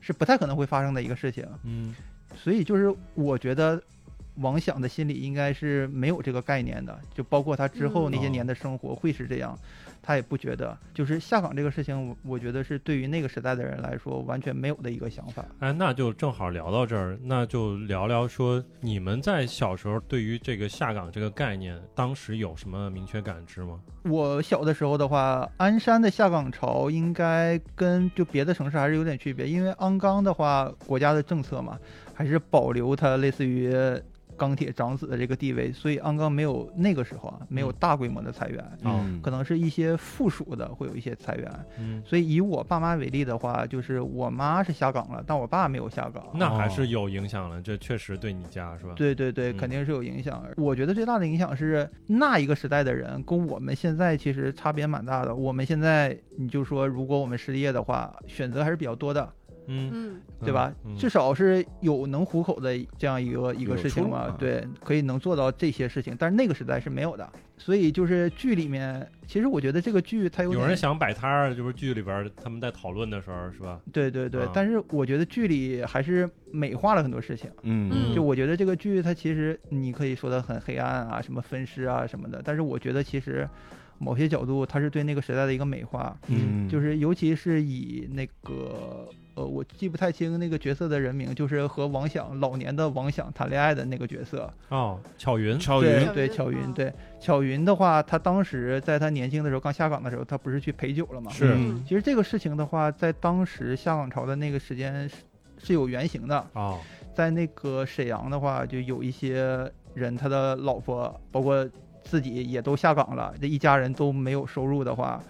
是不太可能会发生的一个事情。
嗯
所以就是我觉得。王想的心里应该是没有这个概念的，就包括他之后
嗯
那些年的生活会是这样，他也不觉得。就是下岗这个事情，我我觉得是对于那个时代的人来说完全没有的一个想法。
哎，那就正好聊到这儿，那就聊聊说你们在小时候对于这个下岗这个概念，当时有什么明确感知吗？
我小的时候的话，鞍山的下岗潮应该跟就别的城市还是有点区别，因为鞍钢的话，国家的政策嘛，还是保留它类似于钢铁长子的这个地位，所以鞍钢没有那个时候啊，没有大规模的裁员，
嗯
可能是一些附属的会有一些裁员。
嗯，
所以以我爸妈为例的话，就是我妈是下岗了，但我爸没有下岗。
那还是有影响了，这确实对你家是吧？
对对对，
嗯
肯定是有影响。我觉得最大的影响是那一个时代的人跟我们现在其实差别蛮大的。我们现在你就说，如果我们失业的话，选择还是比较多的，
嗯，
嗯
嗯，
对吧？
嗯
至少是有能糊口的这样一个一个
有
事情
出路
嘛，
啊
对，可以能做到这些事情。但是那个时代是没有的，所以就是剧里面，其实我觉得这个剧它有
有
点
人想摆摊儿，就是剧里边儿他们在讨论的时候，是吧？
对对对，
啊
但是我觉得剧里还是美化了很多事情。
嗯
嗯
就我觉得这个剧它其实你可以说的很黑暗啊，什么分尸啊什么的，但是我觉得其实某些角度它是对那个时代的一个美化，
嗯，
就是尤其是以那个呃我记不太清那个角色的人名，就是和王响老年的王响谈恋爱的那个角色，
哦，巧云，
超
对
云，
对
巧
巧
云
云
嗯
对巧云的话，他当时在他年轻的时候刚下岗的时候，他不是去陪酒了嘛？
是
嗯
其实这个事情的话，在当时下岗潮的那个时间是是有原型的，
哦，
在那个沈阳的话，就有一些人他的老婆包括自己也都下岗了，这一家人都没有收入的话，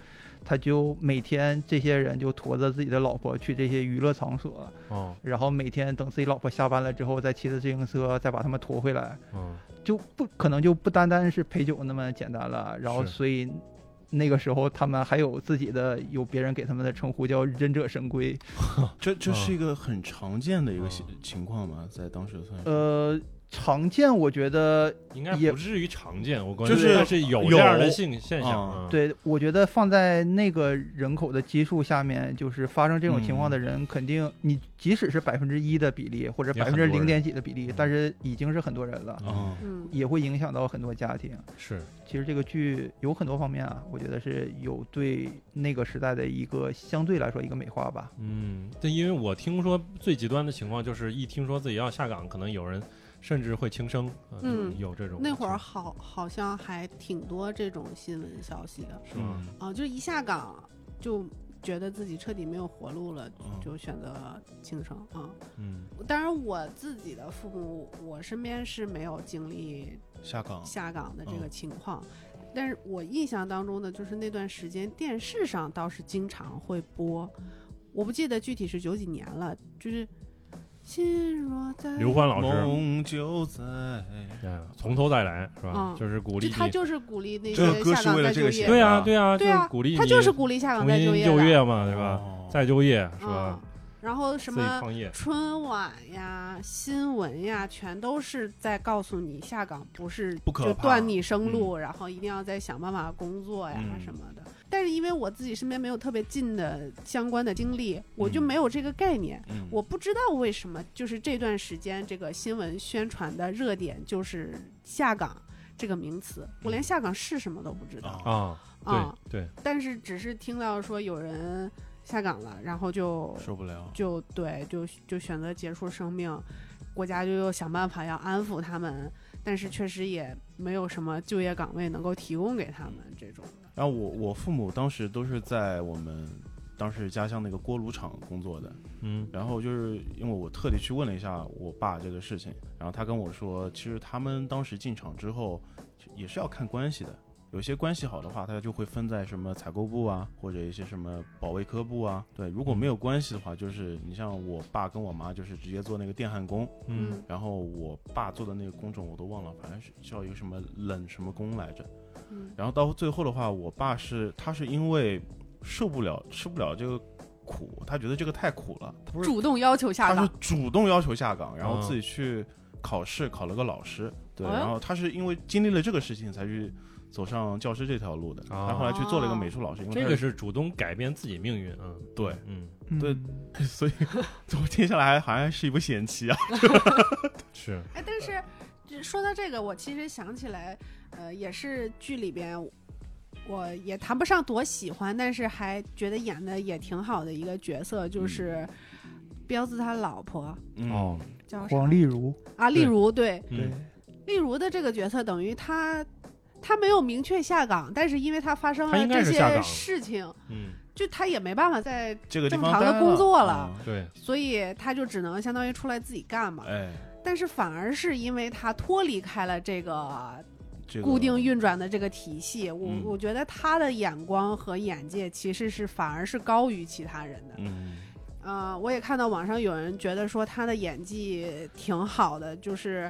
他就每天这些人就驮着自己的老婆去这些娱乐场所，
哦，
然后每天等自己老婆下班了之后，再骑着自行车再把他们驮回来，
嗯，
就不可能就不单单是陪酒那么简单了。然后
是
所以。那个时候，他们还有自己的，有别人给他们的称呼叫“忍者神龟”，
这这
啊
是一个很常见的一个
啊
情情况嘛，在当时算是
呃，常见，我觉得
应该
也
不至于常见，我感
就
觉
是
但是有
有
这样的现现象
啊，
嗯，
对，我觉得放在那个人口的基数下面，就是发生这种情况的人，肯定你即使是百分之一的比例，或者
也
百
很
分
多
之
人
零点几的比例，但是已经是很多人了，
嗯
啊，
嗯
也会影响到很多家庭。
是，
其实这个剧有很多方面啊，我觉得是有对那个时代的一个相对来说一个美化吧。
嗯，对，因为我听说最极端的情况就是一听说自己要下岗，可能有人甚至会轻生，呃
嗯
有这种
那会儿
情
好好像还挺多这种新闻消息的
是吗？
啊，就是一下岗就觉得自己彻底没有活路了，
嗯
就选择轻生啊。
嗯
当然，我自己的父母，我身边是没有经历
下
啊
岗，
下岗的这个
嗯
情况，但是我印象当中的就是那段时间电视上倒是经常会播，我不记得具体是九几年了，就是心若在，
刘欢老师，
梦就在，
哎从头再来是吧
嗯？
就是鼓
就
励
他
你，
就是鼓励那
这个
些
歌
下
是为
岗
了这
再就
个
业
写的
的，
对啊对啊，
对
是
啊
鼓励
他
你
就是鼓励下岗
重
再
新
业
就
的，
业嘛，对吧？
哦？
再就业是吧
嗯？，然后什
自己
么
创业，
春晚呀、新闻呀，全都是在告诉你下岗不是
不可
就
怕
断你生路，然后一定要再想办法工作呀、
嗯
什么的。但是因为我自己身边没有特别近的相关的经历，我就没有这个概念。
嗯
我不知道为什么，就是这段时间这个新闻宣传的热点就是下岗这个名词，我连下岗是什么都不知道
嗯啊
啊，
啊、
对对，
但是只是听到说有人下岗了，然后就
受不了，
就对，就就选择结束生命，国家就又想办法要安抚他们，但是确实也没有什么就业岗位能够提供给他们这种。
然后我我父母当时都是在我们当时家乡那个锅炉厂工作的。
嗯
然后就是因为我特地去问了一下我爸这个事情，然后他跟我说，其实他们当时进厂之后也是要看关系的，有些关系好的话，他就会分在什么采购部啊，或者一些什么保卫科部啊。对，如果没有关系的话，就是你像我爸跟我妈就是直接做那个电焊工，
嗯
然后我爸做的那个工种我都忘了，反正是叫一个什么冷什么工来着。
嗯
然后到最后的话，我爸是他是因为受不了吃不了这个苦，他觉得这个太苦了，他不
嗯，
是
主动要求下
他是
岗，
主动要求下岗，然后
嗯
自己去考试，考了个老师。对，
哎呦
然后他是因为经历了这个事情才去走上教师这条路的。
哦
他后来去做了一个美术老师，因为
这
他
个
是
是主动改变自己命运啊。
对，
嗯，
对
嗯
所以 我接下来好像是一部险棋啊。
是，
哎，但是这说到这个，我其实想起来，呃，也是剧里边，我也谈不上多喜欢，但是还觉得演的也挺好的一个角色，就是彪子他老婆
嗯，
哦
叫啥
黄丽如，
啊，例如对，
对
嗯，
例如的这个角色，等于他他没有明确下岗，但是因为他发生
他
了
应该
这
是下
些
岗
事情，
嗯，
就他也没办法再，
这个地
正
方
常的
待
工作
了
了。
对，
所以他就只能相当于出来自己干嘛。
嗯哎，
但是反而是因为他脱离开了这个
这个
固定运转的这个体系，我、
嗯
我觉得他的眼光和眼界其实是反而是高于其他人的。
嗯，
呃，我也看到网上有人觉得说他的演技挺好的，就是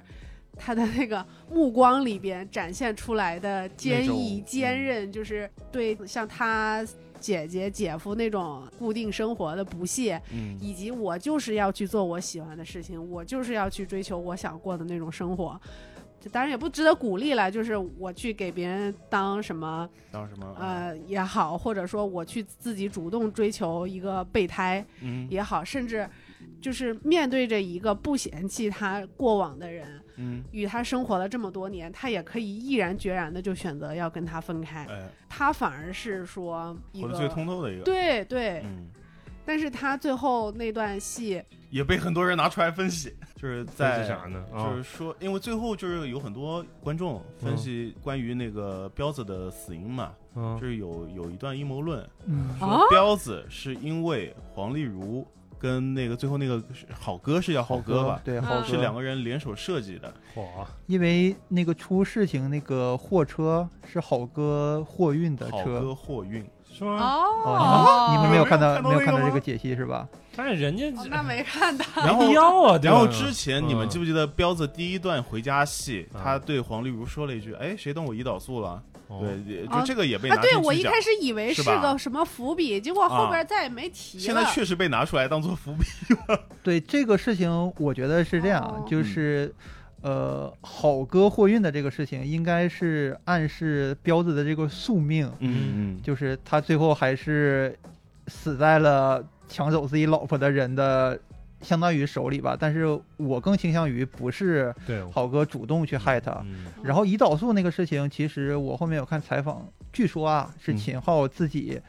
他的那个目光里边展现出来的坚毅、
那种嗯
坚韧，就是对像他姐姐、姐夫那种固定生活的不屑，
嗯
以及我就是要去做我喜欢的事情，我就是要去追求我想过的那种生活。这当然也不值得鼓励了，就是我去给别人当什么
当什么？
呃也好，或者说我去自己主动追求一个备胎，
嗯
也好，甚至就是面对着一个不嫌弃他过往的人，
嗯，
与他生活了这么多年，他也可以毅然决然的就选择要跟他分开。
哎，
他反而是说一
活得最
个
通透的一个。，
对对，
嗯，
但是他最后那段戏，
也被很多人拿出来分析，就是
这
在
是啥呢？
就是
啊，
说，因为最后就是有很多观众分析关于那个彪子的死因嘛，
嗯
就是有有一段阴谋论，
嗯
啊
说彪子是因为黄丽如跟那个最后那个是好哥是叫好哥吧，
对，
嗯
好哥
是两个人联手设计的，
火，啊
因为那个出事情那个货车是好哥货运的
好
车
哥货运，
是吗？
哦，你们你们没有看到
你们
没
没有
有
看到
看
这
到
个
这
吗
个解析是吧？
但是人家
哦那没看到，
然
没必
后。
要啊。对
然后
吧
之前你们记不记得彪子第一段回家戏，
嗯
他对黄丽如说了一句：“哎，谁动我胰岛素了？”
哦
对，也就
哦
这个也被
啊，
拿
对
进去
我一
讲
开始以为
是
是
吧啊
个什么伏笔，结果后边再也没提
现
了。
在确实被拿出来当做伏笔。
对这个事情，我觉得是这样
哦，
就是，呃，好哥货运的这个事情，应该是暗示彪子的这个宿命，
嗯
嗯，
就是他最后还是死在了抢走自己老婆的人的相当于手里吧。但是我更倾向于不是
对，
好哥主动去害他。
嗯
然后胰岛素那个事情，其实我后面有看采访，据说啊是
嗯
秦昊自己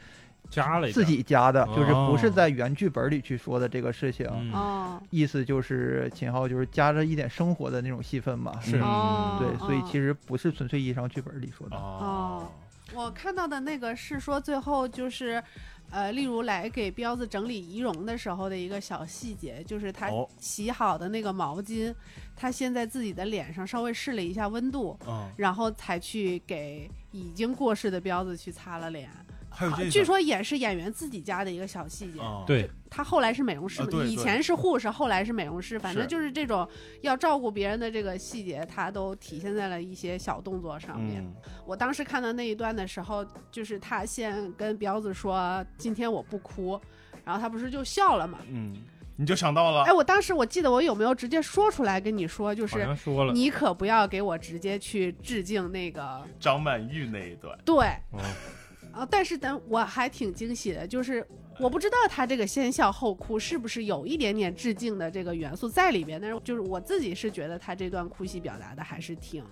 加了一
自己加的，就是不
哦
是在原剧本里去说的这个事情。
点嗯
哦
意思就是秦昊就是加着一点生活的那种戏份嘛。
是
哦，
嗯对，所以
哦
其实不是纯粹意义上剧本 里说的。
哦，
我看到的那个是说最后就是，呃，例如来给彪子整理仪容的时候的一个小细节，就是他
哦
洗好的那个毛巾，他先在自己的脸上稍微试了一下温度，
嗯，
然后才去给已经过世的彪子去擦了脸。
还有这
好
个，
据说也是演员自己家的一个小细节。
哦，
对，
他后来是美容师
啊
嘛，
对
以
对
前是护士，后来是美容师，反正
是
就是这种要照顾别人的这个细节，他都体现在了一些小动作上面。
嗯，
我当时看到那一段的时候，就是他先跟彪子说：“今天我不哭。”然后他不是就笑了嘛？
嗯，你就想到了
哎，，我当时我记得我有没有直接说出来跟你说，就
啊好
是
像说了，
你可不要给我直接去致敬那个
张曼玉那一段，
对
哦
啊。但是等我还挺惊喜的，就是我不知道他这个先笑后哭是不是有一点点致敬的这个元素在里边，但是就是我自己是觉得他这段哭戏表达的还是挺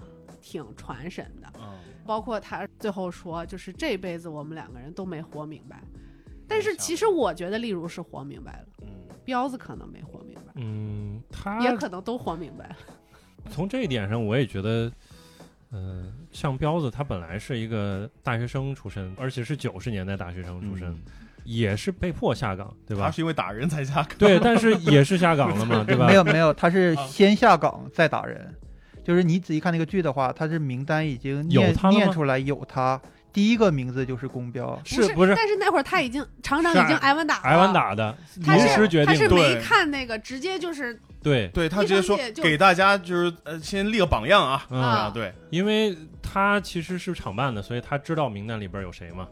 挺传神的。
嗯，
包括他最后说，就是这辈子我们两个人都没活明白。但是其实我觉得，例如是活明白了，
嗯，
彪子可能没活明白，
嗯，他
啊
也可能都活明白了。
从这一点上，我也觉得，嗯、像彪子他本来是一个大学生出身，而且是九十年代大学生出身，
嗯
也是被迫下岗，对
他
吧？
是因为打人才下岗。
对，但是也是下岗了嘛， 对吧
没？有没有，他是
啊
先下岗再打人，就是你仔细看那个剧的话，他是名单已经
有
念
他了吗
念出来有他，第一个名字就是公标，
是
不
不是
但是那会儿他已经厂长已经挨完打了，
挨完，打的，
他
临
是
时决
他
定
是
的，
没
对
看那个，直接就是
对，
对他
一
直接
方
说
面就
给大家就是呃先立个榜样啊
嗯
啊
啊，对，
因为他其实是厂办的，所以他知道名单里边有谁嘛。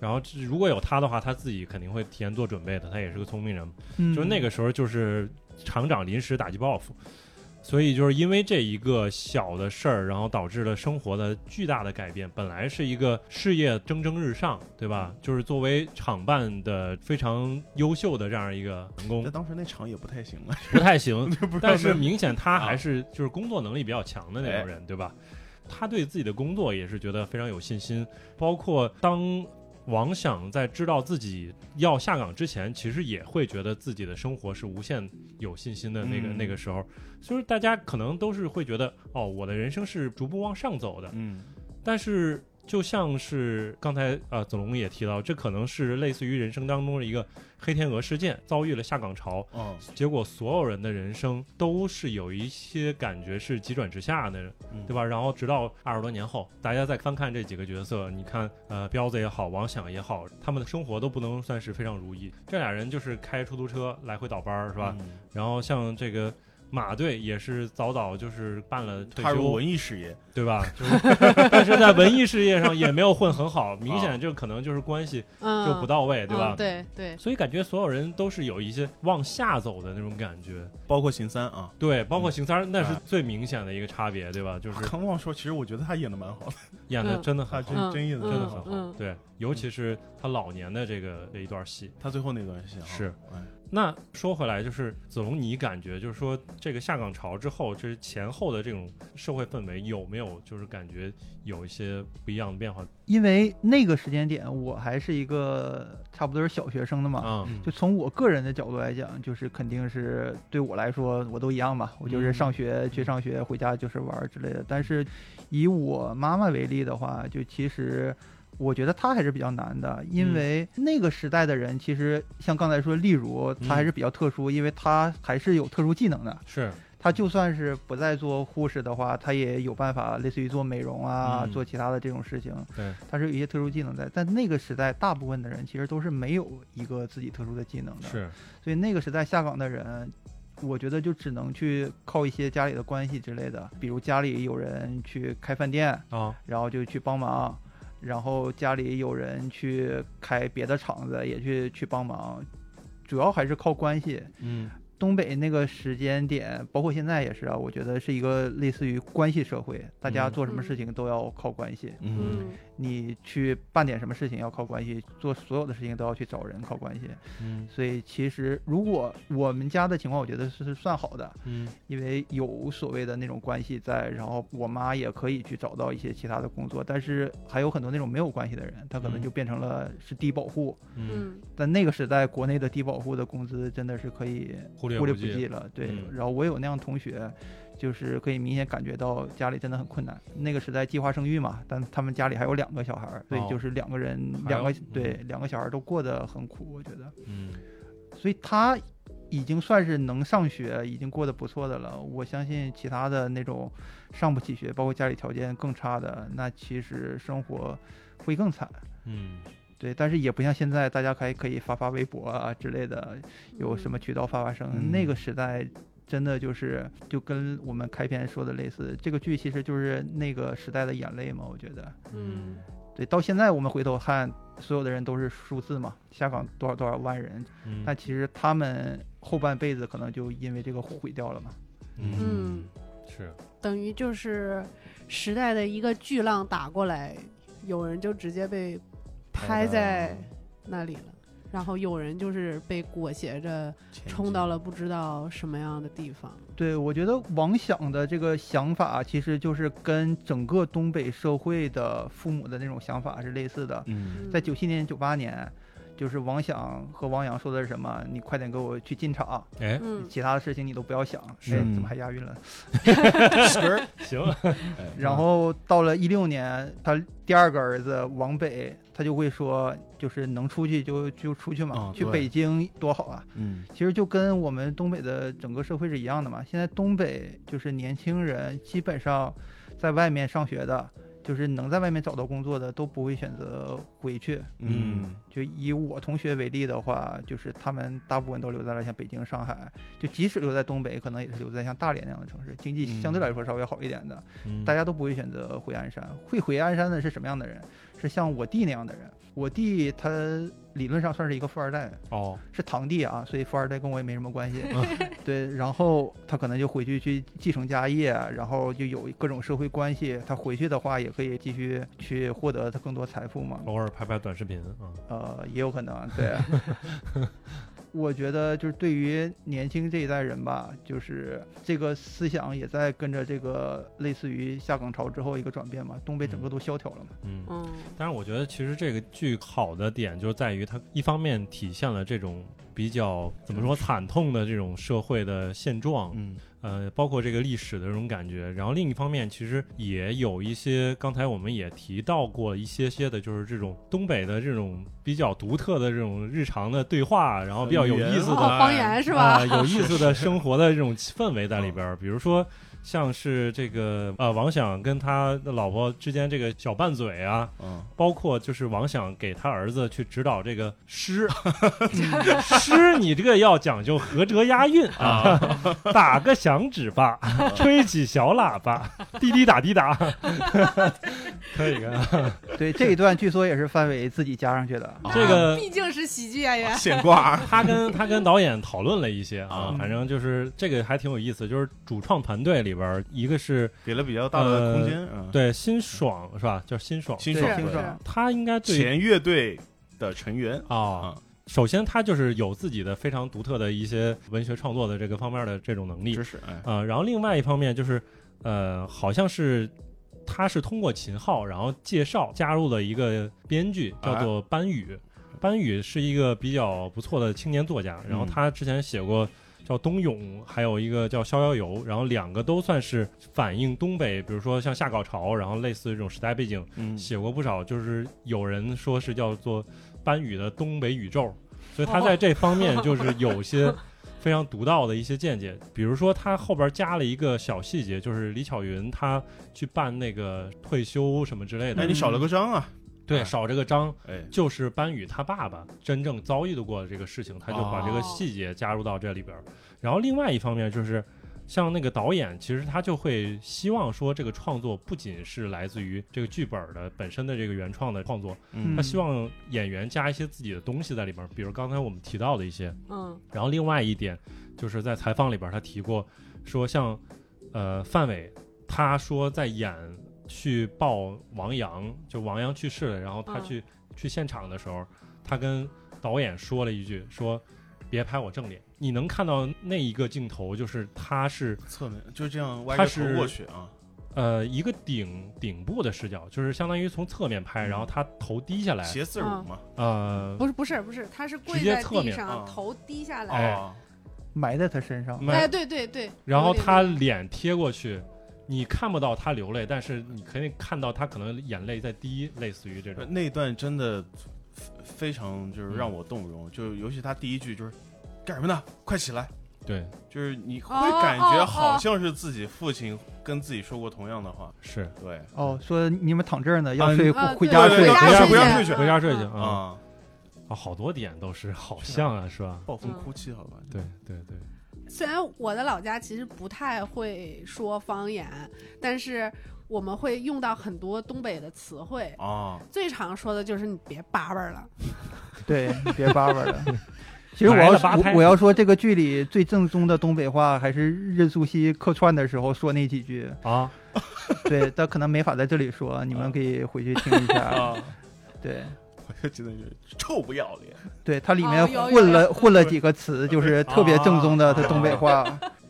然后这如果有他的话，他自己肯定会提前做准备的。他也是个聪明人，
嗯
就是那个时候就是厂长临时打击报复，所以就是因为这一个小的事儿，然后导致了生活的巨大的改变。本来是一个事业蒸蒸日上，对吧？就是作为厂办的非常优秀的这样一个员工
但，当时那场也不太行啊，
不太 行，
不知道啊
但
那
是明显他还是就是工作能力比较强的那
哎
种人，对吧？他对自己的工作也是觉得非常有信心，包括当王想在知道自己要下岗之前，其实也会觉得自己的生活是无限有信心的那个、
嗯
那个时候，就是大家可能都是会觉得哦，我的人生是逐步往上走的，
嗯，
但是就像是刚才呃子龙也提到，这可能是类似于人生当中的一个黑天鹅事件，遭遇了下岗潮，
哦，
结果所有人的人生都是有一些感觉是急转直下的，
嗯
对吧？然后直到二十多年后，大家再翻看这几个角色，你看，呃，彪子也好，王响也好，他们的生活都不能算是非常如意。这俩人就是开出租车来回倒班儿，是吧？？
嗯
然后像这个马队也是早早就是办了退
踏入
休，
文艺事业，
对 吧？就是但是在文艺事业上也没有混很 好，明显这可能就是关系
嗯，
就不到位，对吧
嗯？对对，
所以感觉所有人都是有一些往下走的那种感觉，
包括邢三啊。
对，包括邢三儿，那是
哎
最明显的一个差别，对吧？就是
啊康旺说，其实我觉得他演的蛮好的，
演的
嗯
真的
他
很好，
真真演的
真
真
的
的
很
很
好，
好。
嗯
对，尤其是他老年的这个这一段戏。
他最后那段戏啊
是，
哎
那说回来，就是子龙，你感觉就是说这个下岗潮之后，这前后的这种社会氛围有没有就是感觉有一些不一样的变化
因为那个时间点我还是一个差不多是小学生的嘛，
啊？
嗯
就从我个人的角度来讲，就是肯定是对我来说，我都一样嘛，我就是上学去上学，回家就是玩儿之类的。但是以我妈妈为例的话，就其实我觉得她还是比较难的，因为那个时代的人，其实像刚才说，例如她还是比较特殊，因为她还是有特殊技能的。
是，
她就算是不再做护士的话，她也有办法，类似于做美容啊，
嗯
做其他的这种事情。
对，
她是有一些特殊技能在。但那个时代，大部分的人其实都是没有一个自己特殊的技能的。
是，
所以那个时代下岗的人，我觉得就只能去靠一些家里的关系之类的，比如家里有人去开饭店，
啊，
然后就去帮忙，然后家里有人去开别的厂子也去去帮忙，主要还是靠关系。
嗯，
东北那个时间点，包括现在也是啊，我觉得是一个类似于关系社会，大家
嗯
做什么事情都要靠关系，
嗯，
嗯
你去办点什么事情要靠关系，做所有的事情都要去找人靠关系。
嗯，
所以其实如果我们家的情况，我觉得是是算好的，
嗯，
因为有所谓的那种关系在，然后我妈也可以去找到一些其他的工作，但是还有很多那种没有关系的人，他可能
嗯
就变成了是低保户。
嗯，
嗯
但那个时代，国内的低保户的工资真的是可以
忽略
忽略
不
不计
计，
了，对。
嗯
然后我有那样同学。就是可以明显感觉到家里真的很困难。那个时代计划生育嘛，但他们家里还有两个小孩儿，所以
哦
就是两个人、
还嗯
两
要
个对、两个小孩儿都过得很苦，我觉得。
嗯，
所以他已经算是能上学，已经过得不错的了。我相信其他的那种上不起学，包括家里条件更差的，那其实生活会更惨。
嗯，
对，但是也不像现在大家还可以发发微博啊之类的，有什么渠道发发声。
嗯
那个时代。真的就是就跟我们开篇说的类似，这个剧其实就是那个时代的眼泪嘛，我觉得。
嗯
对，到现在我们回头看，所有的人都是数字嘛，下岗多少多少万人，
嗯，
但其实他们后半辈子可能就因为这个毁掉了嘛。
嗯，是，
等于就是时代的一个巨浪打过来，有人就直接被拍在
嗯
那里了，然后有人就是被裹挟着冲到了不知道什么样的地方。
对，我觉得王想的这个想法，啊其实就是跟整个东北社会的父母的那种想法是类似的。
嗯
在九七年、九八年，就是王想和王阳说的是什么？你快点给我去进厂，
哎，
嗯，
其他的事情你都不要想。
是
哎，怎么还押韵了？
行，
哎
然后到了一六年，他第二个儿子王北，他就会说，就是能出去就就出去嘛，
啊
去
对
北京多好啊！
嗯
其实就跟我们东北的整个社会是一样的嘛。现在东北就是年轻人基本上在外面上学的，就是能在外面找到工作的都不会选择回去。
嗯
就以我同学为例的话，就是他们大部分都留在了像北京、上海，就即使留在东北，可能也是留在像大连那样的城市，经济
嗯
相对来说稍微好一点的。
嗯
大家都不会选择回鞍山。会回鞍山的是什么样的人？是像我弟那样的人。我弟他理论上算是一个富二代，
哦，
是堂弟啊，所以富二代跟我也没什么关系。 对，然后他可能就回去去继承家业，啊然后就有各种社会关系。他回去的话，也可以继续去获得他更多财富嘛。
偶尔拍拍短视频啊，
呃，也有可能，对。 我觉得就是对于年轻这一代人吧，就是这个思想也在跟着这个类似于下岗潮之后一个转变嘛，东北整个都萧条了嘛。
嗯。
嗯
但是我觉得其实这个剧好的点就在于它一方面体现了这种比较怎么说惨痛的这种社会的现状，
嗯
呃，包括这个历史的这种感觉。然后另一方面，其实也有一些，刚才我们也提到过一些些的，就是这种东北的这种比较独特的这种日常的对话，然后比较有意思
是
的
哦，
的
方言是
啊，
吧？嗯
有意思 的生活的这种氛围在里边儿。比如说，像是这个呃，王想跟他的老婆之间这个小拌嘴啊，
嗯，
包括就是王想给他儿子去指导这个 诗，嗯诗你这个要讲究合辙押韵啊，打个响指 吧，吹起小喇叭，滴滴答滴答，可以啊，
对，这一段据说也是范伟自己加上去的。
这个
毕竟是喜剧演 员，
现挂
他跟他跟导演讨论了一些啊
嗯
啊，
反正就是这个还挺有意思，就是主创团队里边儿，一个是
给了比较大的空间，嗯，
对辛爽是吧？叫辛爽，
清
对
爽
清
对
爽
他应该对
前乐队的成员，
啊
啊，
首先他就是有自己的非常独特的一些文学创作的这个方面的这种能力
知识，哎，
啊，然后另外一方面就是呃，好像是。他是通过秦昊，然后介绍加入了一个编剧，
啊
叫做班宇。班宇是一个比较不错的青年作家，然后
嗯
他之前写过叫《冬泳》，还有一个叫《逍遥游》，然后两个都算是反映东北，比如说像下岗潮，然后类似这种时代背景
嗯，
写过不少，就是有人说是叫做班宇的东北宇宙，所以他在这方面就是有些非常独到的一些见解。比如说，他后边加了一个小细节，就是李巧云她去办那个退休什么之类
哎，
的，
你少了个章啊，
对，
哎
少这个章。
哎，
就是班宇他爸爸真正遭遇的过的这个事情，他就把这个细节加入到这里边儿。然后另外一方面就是，像那个导演，其实他就会希望说，这个创作不仅是来自于这个剧本儿的本身的这个原创的创作，
嗯
他希望演员加一些自己的东西在里边儿，比如刚才我们提到的一些。
嗯
然后另外一点就是在采访里边儿他提过，说像呃范伟，他说在演去抱王阳，就王阳去世了，然后他
嗯
去、去现场的时候，他跟导演说了一句说。别拍我正脸，你能看到那一个镜头，就是他是
侧面就这样歪
他
着
是
头过去啊，
呃一个顶顶部的视角，就是相当于从侧面拍，
嗯
然后他头低下来，
斜四十五嘛，
呃，
不是不是不是，他是跪
直接
在
侧
地
面
上，
啊
头低下来。
哎
哦，
埋在他身上，
没
哎，对对对，
然后
有点
他
那个
脸贴过去，你看不到他流泪，但是你可以看到他可能眼泪在滴，类似于这
呃
种。
那段真的非非常就是让我动容，就尤其他第一句就是干什么呢？快起来！
对，
就是你会
哦
感
哦
觉
哦
好像是自己父亲跟自己说过同样的话，
是
对
哦，说你们躺这儿呢，要
啊
睡
你
回
啊
回
对
家
对
睡
对。
回家
不要睡
去
回家睡去
嗯
啊！
啊，
啊，好多点都是好像啊，是吧？
暴风哭泣，好吧？
对对对，
虽然我的老家其实不太会说方言，但是我们会用到很多东北的词汇。
啊，
最常说的就是你别叭叭了，
对，你别叭叭了。其实我
埋
要
了八胎
我我要说，这个剧里最正宗的东北话还是任素汐客串的时候说那几句。
啊，
对，但可能没法在这里说，
啊
你们可以回去听一下。 对，
我就记得就是臭不要脸，
对，它里
哦
面
有有
混了
有
混了几个词，就是特别正宗的，
啊
它东北话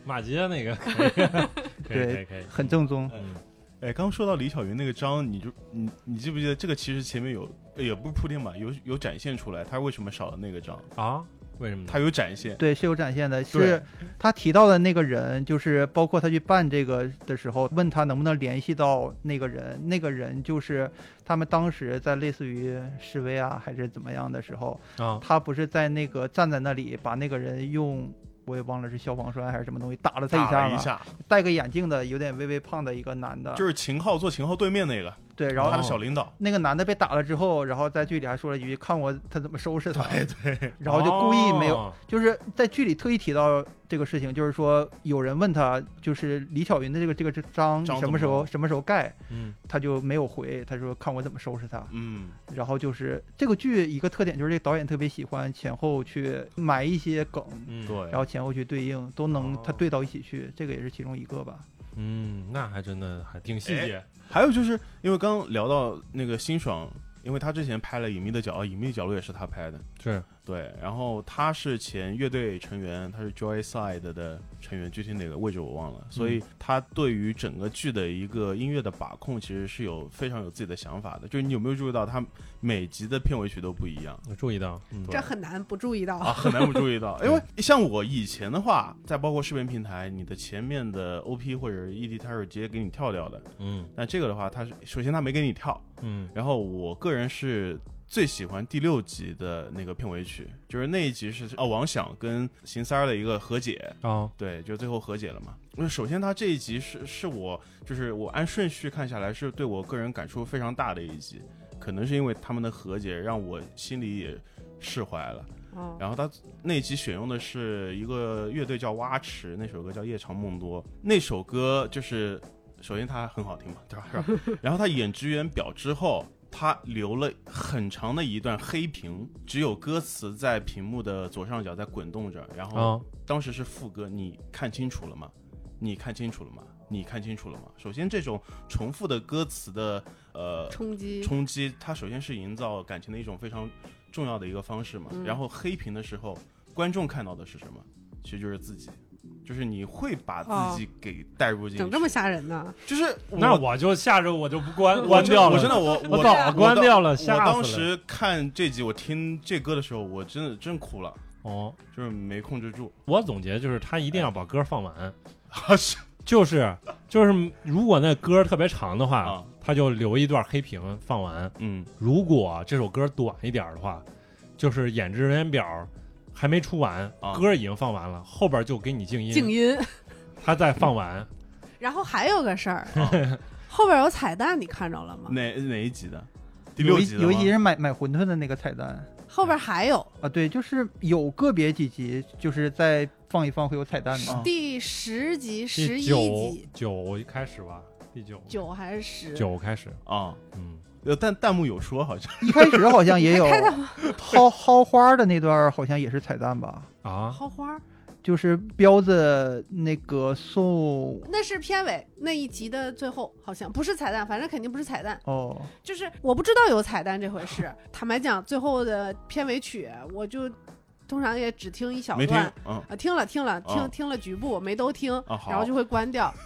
骂街那个，可以可以可以
对
可以，
很正宗。
嗯，
哎，刚说到李小云那个章，你就你你记不记得这个？其实前面有呃也不是铺垫吧，有有展现出来，他为什么少了那个章，
嗯
啊？为什么呢？
他有展现。
对，是有展现的。
对
是他提到的那个人，就是包括他去办这个的时候，问他能不能联系到那个人，那个人就是他们当时在类似于示威啊还是怎么样的时候，
啊，
他不是在那个站在那里把那个人用。我也忘了是消防栓还是什么东西打了他一
打
下啊
了一
嘛，
下，
戴个眼镜的，有点微微胖的一个男的，
就是哦秦昊坐秦昊对面那个，
对，然后
他
他
的小领导，嗯
那个男的被打了之后，然后在剧里还说了一句：“看我他怎么收拾他。”
对对，
然后就故意没有，
哦
就是在剧里特意提到这个事情，就是说有人问他，就是李巧云的这个这个章
章
什么时
怎么
候
了
什么时候盖，
嗯
他就没有回，他说看我怎么收拾他。
嗯，
然后就是这个剧一个特点就是这个导演特别喜欢前后去埋一些梗，
嗯，
对，
然后前后去对应，都能他
哦
对到一起去，这个也是其中一个吧。
嗯，那还真的还挺细节，
还有就是因为刚刚聊到那个辛爽，因为他之前拍了《隐秘的角落》，《隐秘的角落》也是他拍的，
是
对。然后他是前乐队成员，他是 Joyside 的成员，具体哪个位置我忘了。所以他对于整个剧的一个音乐的把控，其实是有非常有自己的想法的。就是你有没有注意到，他每集的片尾曲都不一样？
我注意到，嗯
这很难不注意到。
啊，很难不注意到，因为像我以前的话，再包括视频平台，你的前面的 OP 或者 ED 它是直接给你跳掉的，
嗯
那这个的话，它是首先它没给你跳，
嗯
然后我个人是最喜欢第六集的那个片尾曲，就是那一集是啊王响跟邢三儿的一个和解，
啊
对，就最后和解了嘛。因为首先它这一集是是我就是我按顺序看下来是对我个人感触非常大的一集，可能是因为他们的和解让我心里也释怀了。
嗯，
然后他那集选用的是一个乐队叫蛙池，那首歌叫《夜长梦多》。那首歌就是，首先它很好听嘛， 对吧？是吧然后他演职员表之后，他留了很长的一段黑屏，只有歌词在屏幕的左上角在滚动着。然后
啊
当时是副歌，你看清楚了吗？你看清楚了吗？你看清楚了吗？首先，这种重复的歌词的呃
冲击，
冲击，它首先是营造感情的一种非常重要的一个方式嘛。
嗯
然后黑屏的时候，观众看到的是什么？其实就是自己，就是你会把自己给带入进去。
整这么吓人呢？
就是
那
我
我就下周我就不关
我
关掉了，
我真的我
我
我
早关掉了，
我
吓
当
死了。
时看这集，我听这歌的时候，我真的真哭了，
哦，
就是没控制住。
我总结就是他一定要把歌放完，哎
啊是
就是就是如果那歌特别长的话
啊，
他就留一段黑屏放完；
嗯
如果这首歌短一点的话，就是演职人员表。还没出完
啊，
歌已经放完了，后边就给你静
静
音，
音。
他再放完，
然后还有个事儿， 后边有彩蛋，你看着了吗？
哪哪一集的？第
有
六
一
集的
有一集
吗
是买买馄饨的那个彩蛋，
后边还有
啊，对，就是有个别几集，就是再放一放会有彩蛋 的。
啊
第十集、十
第
一
九
集，
九一开始吧，第九
九还是十？
九开始，
啊，
嗯，
呃但弹幕有说好像
一开始好 像也有
还看
薅薅花儿的那段，好像也是彩蛋吧？
啊，
薅花儿，
就是彪子那个送
那是片尾那一集的最后，好像不是彩蛋，反正肯定不是彩蛋。
哦，
就是我不知道有彩蛋这回事。坦白讲，最后的片尾曲我就通常也只听一小
没听
段，
嗯
啊，听了听了听、
哦
听了局部，没都听，
啊好
然后就会关掉。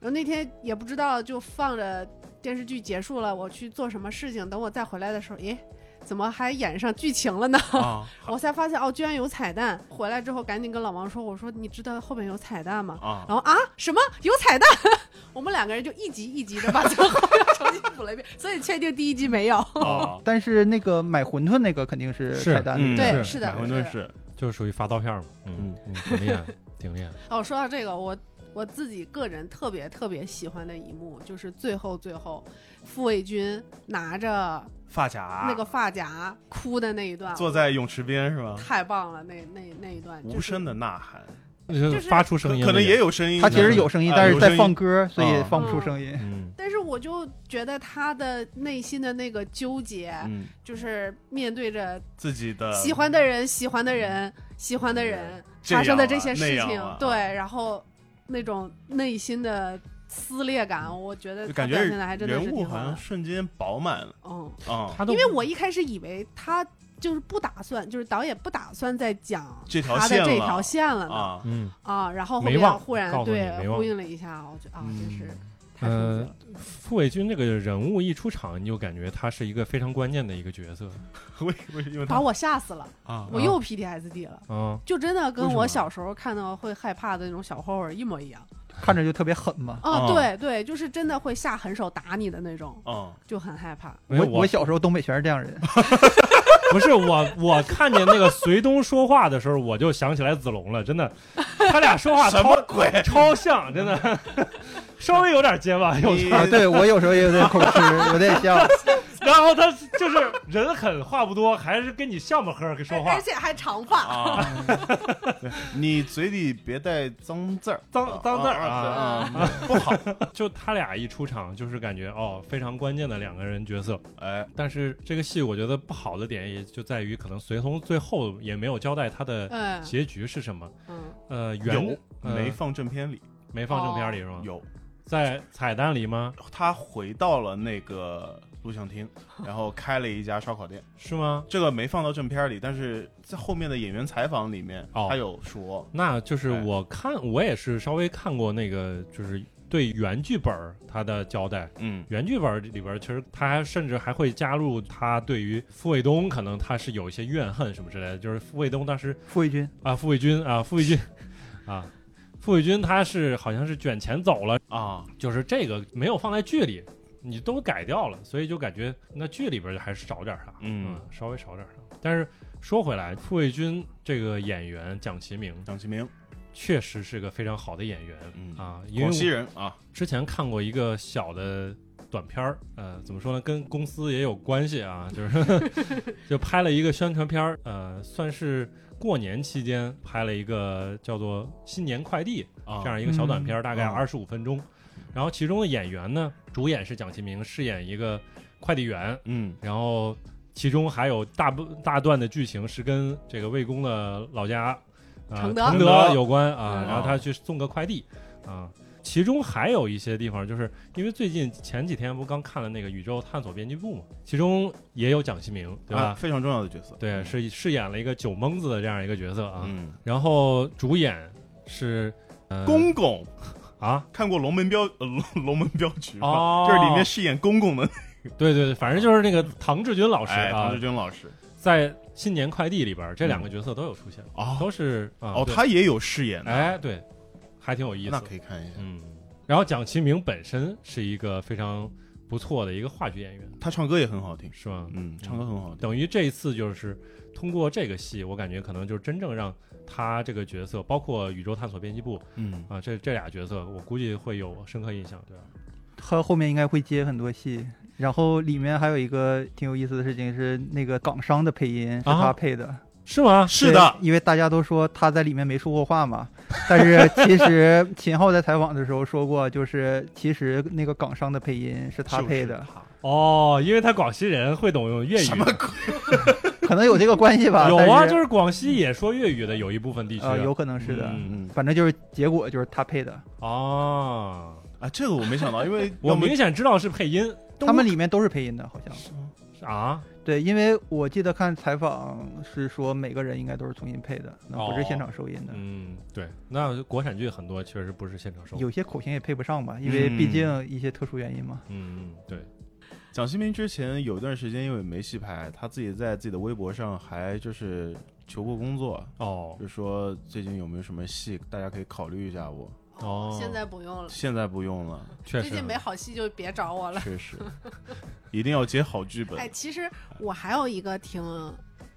然后那天也不知道就放着电视剧结束了，我去做什么事情，等我再回来的时候，咦，怎么还演上剧情了呢？
啊
我才发现哦，居然有彩蛋。回来之后赶紧跟老王说，我说你知道后面有彩蛋吗？
啊
然后啊，什么有彩蛋？ 我们两个人就一集一集的把最后面重新补了一遍，所以确定第一集没有。
啊，
但是那个买馄饨那个肯定是
是
彩蛋
嗯
的。
对，
是
是的
马，馄饨
是的
是
就是属于发刀片嘛，嗯，嗯挺厉害，挺厉害，
哦，说到这个，我我自己个人特别特别喜欢的一幕，就是最后最后，傅卫军拿着
发夹
那个发夹哭的那一段，
坐在泳池边是吧？
太棒了，那那那一段、就是、
无声的呐喊，
就是发出声音，
可能也，有声音，
他其实有声音，
啊
但是
有
在
声
放歌，所以
啊
放不出 声音。
嗯，
但是我就觉得他的内心的那个纠结，
嗯，呃
就是面对着
自己的
喜欢的人、喜欢的人、喜欢的人
这样
发生的这
啊
些
那
事
样
情，
啊
对，然后那种内心的撕裂感，我觉得
就
他
感觉
表现的还真的
人
是
物
挺
好
好
像
的。
瞬间饱满了
嗯，
啊，
他都
因为我一开始以为他就是不打算，就是导演不打算再讲
这条
他的
线
这
了
条线了呢
啊，
嗯，
啊然后后
没
面
忘
忽然
告诉你
对
没忘嗯呃
呼应了一下，我觉得啊，真是他出去了。
傅卫军这个人物一出场，你就感觉他是一个非常关键的一个角色
嗯
为为因为
把
他
我吓死了，
啊
我又 PTSD 了，
啊。
就真的跟
为什
我
么
小时候看到会害怕的那种小混混一模一样。
看着就特别狠嘛。
啊，
啊
对对，就是真的会下狠手打你的那种，
啊
就很害怕。
没有
我
我
我小时候东北全是这样 人，
不是我，我看见那个隋东说话的时候，我就想起来子龙了，真的，他俩说话
什
超
么鬼？
超像，真的， 稍微有点结巴，有
你
点。
啊，对我有时候也有点口吃，有点像。
然后他就是人狠话不多，还是跟你像不呵呵说话
而，且还长发，
啊！对你 嘴里别带脏字儿，
哎
脏脏字儿啊。
啊，不 好。
就他俩一出场，就是感觉哦，非常关键的两个人角色。
哎，
但是这个戏我觉得不好的点也就在于，可能随从最后也没有交代他的
嗯
结局是什么。
嗯，
呃，原
有
呃
没放正片里？
没放正片里是吗？
有，
在彩蛋里吗？
他回到了那个录像厅，然后开了一家烧烤店。
是吗？
这个没放到正片里，但是在后面的演员采访里面，
哦
他有说
那就是
哎
我看，我也是稍微看过那个，就是对原剧本儿它的交代。
嗯，
原剧本儿里边，其实他还甚至还会加入他对于傅卫东，可能他是有一些怨恨什么之类的。就是傅卫东当时
傅卫军，
啊，傅卫军啊，傅卫军啊，傅卫军他是好像是卷钱走了，
啊，
就是这个没有放在剧里，你都改掉了，所以就感觉那剧里边还是少点啥，
嗯
稍微少点啥。但是说回来，傅卫军这个演员蒋奇明
蒋奇明，
确实是个非常好的演员、
嗯
啊，因为
广西
我
人啊，
之前看过一个小的。短片儿，呃，怎么说呢？跟公司也有关系啊，就是 就拍了一个宣传片儿，呃，算是过年期间拍了一个叫做《新年快递》
啊
这样一个小短片儿，大概
嗯
二十五分钟。然后其中的演员呢，主演是蒋奇明，饰演一个快递员。
嗯
然后其中还有大部大段的剧情是跟这个魏公的老家啊
承
承
德
德有关啊，
嗯
然后他去送个快递啊。其中还有一些地方，就是因为最近前几天不刚看了那个《宇宙探索编辑部》嘛，其中也有蒋奇明，对吧？
啊，非常重要的角色，
对，是饰演了一个酒蒙子的这样一个角色啊。
嗯，
然后主演是、呃、
公公
啊，
看过《龙门镖》呃《龙龙门镖局》吗？
哦
就是里面饰演公公的
对对对，反正就是那个唐志军老师
哎，
啊
唐志，军老师
在《新年快递》里边这两个角色都有出现，
啊，
都是啊
哦，
对
他也有饰演的，
哎对，还挺有意思。
那可以看一下。
嗯，然后蒋奇明本身是一个非常不错的一个话剧演员，
他唱歌也很好听，
是吗？
嗯，唱歌很好听。
等于这一次就是通过这个戏，我感觉可能就是真正让他这个角色，包括《宇宙探索编辑部》
嗯，
啊，这这俩角色，我估计会有深刻印象，对吧？
他后面应该会接很多戏。然后里面还有一个挺有意思的事情是，那个港商的配音是
啊
他配的。
是吗？
是的，
对，因为大家都说他在里面没说过话嘛。但是其 实秦昊在采访的时候说过，就是其实那个港商的配音是他配的
就，是他。
哦，因为他广西人会懂粤语，
什么鬼？
可能有这个关系吧。
有啊，
但
就是广西也说粤语的有一部分地区。啊
呃，有可能是的。
嗯
嗯
反正就是结果就是他配的，
哦，
啊，这个我没想到，因为
我
要么
明显知道是配音
他们里面都是配音的，好像。
啊，
对，因为我记得看采访是说每个人应该都是重新配的，那不是
哦
现场收音的。
嗯，对，那国产剧很多确实不是现场收。
有些口型也配不上吧，因为毕竟一些特殊原因嘛。
嗯，嗯，对，
蒋新明之前有一段时间因为没戏拍，他自己在自己的微博上还就是求过工作，
哦
就说最近有没有什么戏，大家可以考虑一下我。
哦，
现在不用了，
现在不用了，
确
最
实
近没好戏就别找我了。
确实，一定要接好剧本
哎，。其实我还有一个挺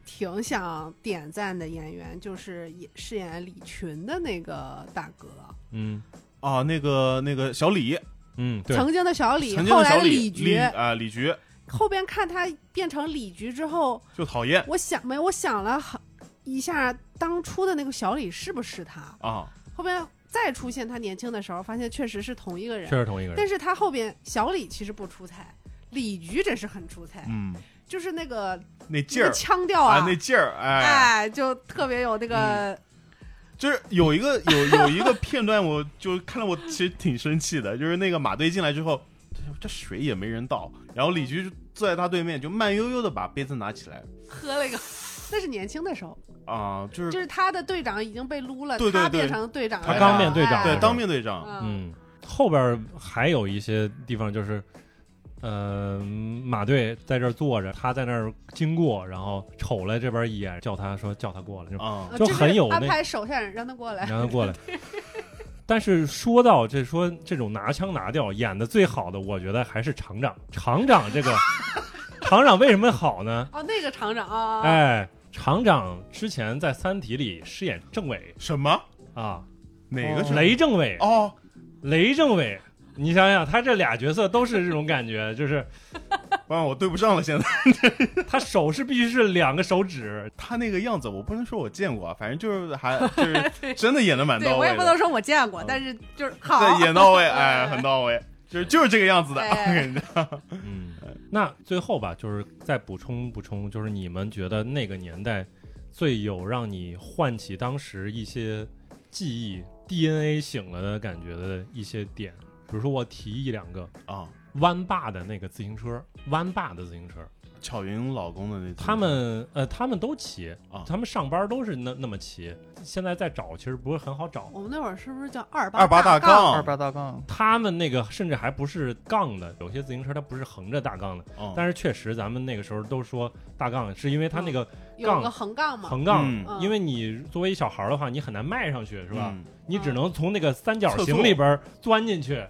挺想点赞的演员，就是也饰演李群的那个大哥，
嗯
啊，那个那个小李，
嗯，对，
曾经的小李，
曾经
后
的
来
小
的
李
局。
啊，李局
后边看他变成李局之后，
就讨厌
我想没，我想了很一下，当初的那个小李是不是他？
啊，
后边再出现他年轻的时候，发现确实是同一个人
确。实同一个人
但。是他后边小李其实不出彩，李局真是很出彩，
嗯，
就是那个
那
那
劲
个
儿
腔调
啊，嗯那劲儿，哎，
哎，就特别有那个，
就是有一个有有一个片段，我就看得我其实挺生气的，就是那个马队进来之后，这这水也没人倒，然后李局就坐在他对面，就慢悠悠的把杯子拿起来
喝了一个。那是年轻的时候，
啊，就是
就是他的队长已经被撸了，
对对
他变
对
成队长了，
他刚
变队长
哎
对
了
当面对仗，
嗯，
嗯，后边儿还有一些地方就是，呃，马队在这儿坐着，他在那儿经过，然后瞅了这边一眼，叫他说叫他过来，就
啊
啊
就是很有
安
那
排手下人让他 过来。
让他过来。但是说到这说这种拿腔拿调演的最好的，我觉得还是厂长。厂长这个厂长为什么好呢？
哦，那个厂长啊，
哎，厂长之前在《三体》里饰演政委
什么
啊，
哪个
哦
是
雷政委，
哦
雷政委。你想想，他这俩角色都是这种感觉，就是
哇，我对不上了，现在
他手势必须是两个手指，
他那个样子，我不能说我见过啊，反正就是还就是真的演的蛮
哦对
到
我
位
也不
的
能，说我见过，
嗯
但是就是好。
对，演到位，哎， 很到位，就是就是这个样子的。
哎
嗯，那最后吧，就是再补充补充，就是你们觉得那个年代最有让你唤起当时一些记忆 DNA 醒了的感觉的一些点，比如说我提一两个，
啊，
弯把的那个自行车，弯把的自行车，
巧云老公的那
他们呃他们都骑
啊
他们上班都是那那么骑，现在再找其实不是很好找。
我们那会儿是不是叫二八
二八
大
大
杠？
二
杠，
八大杠，
他们那个甚至还不是杠的，有些自行车它不是横着大杠的，
嗯
但是确实咱们那个时候都说大杠，是因为它那个
有个横杠嘛？
横杠，
嗯
嗯
因为你作为一小孩儿的话，你很难迈上去，是吧？
嗯
你只能从那个三角形里边儿钻进去。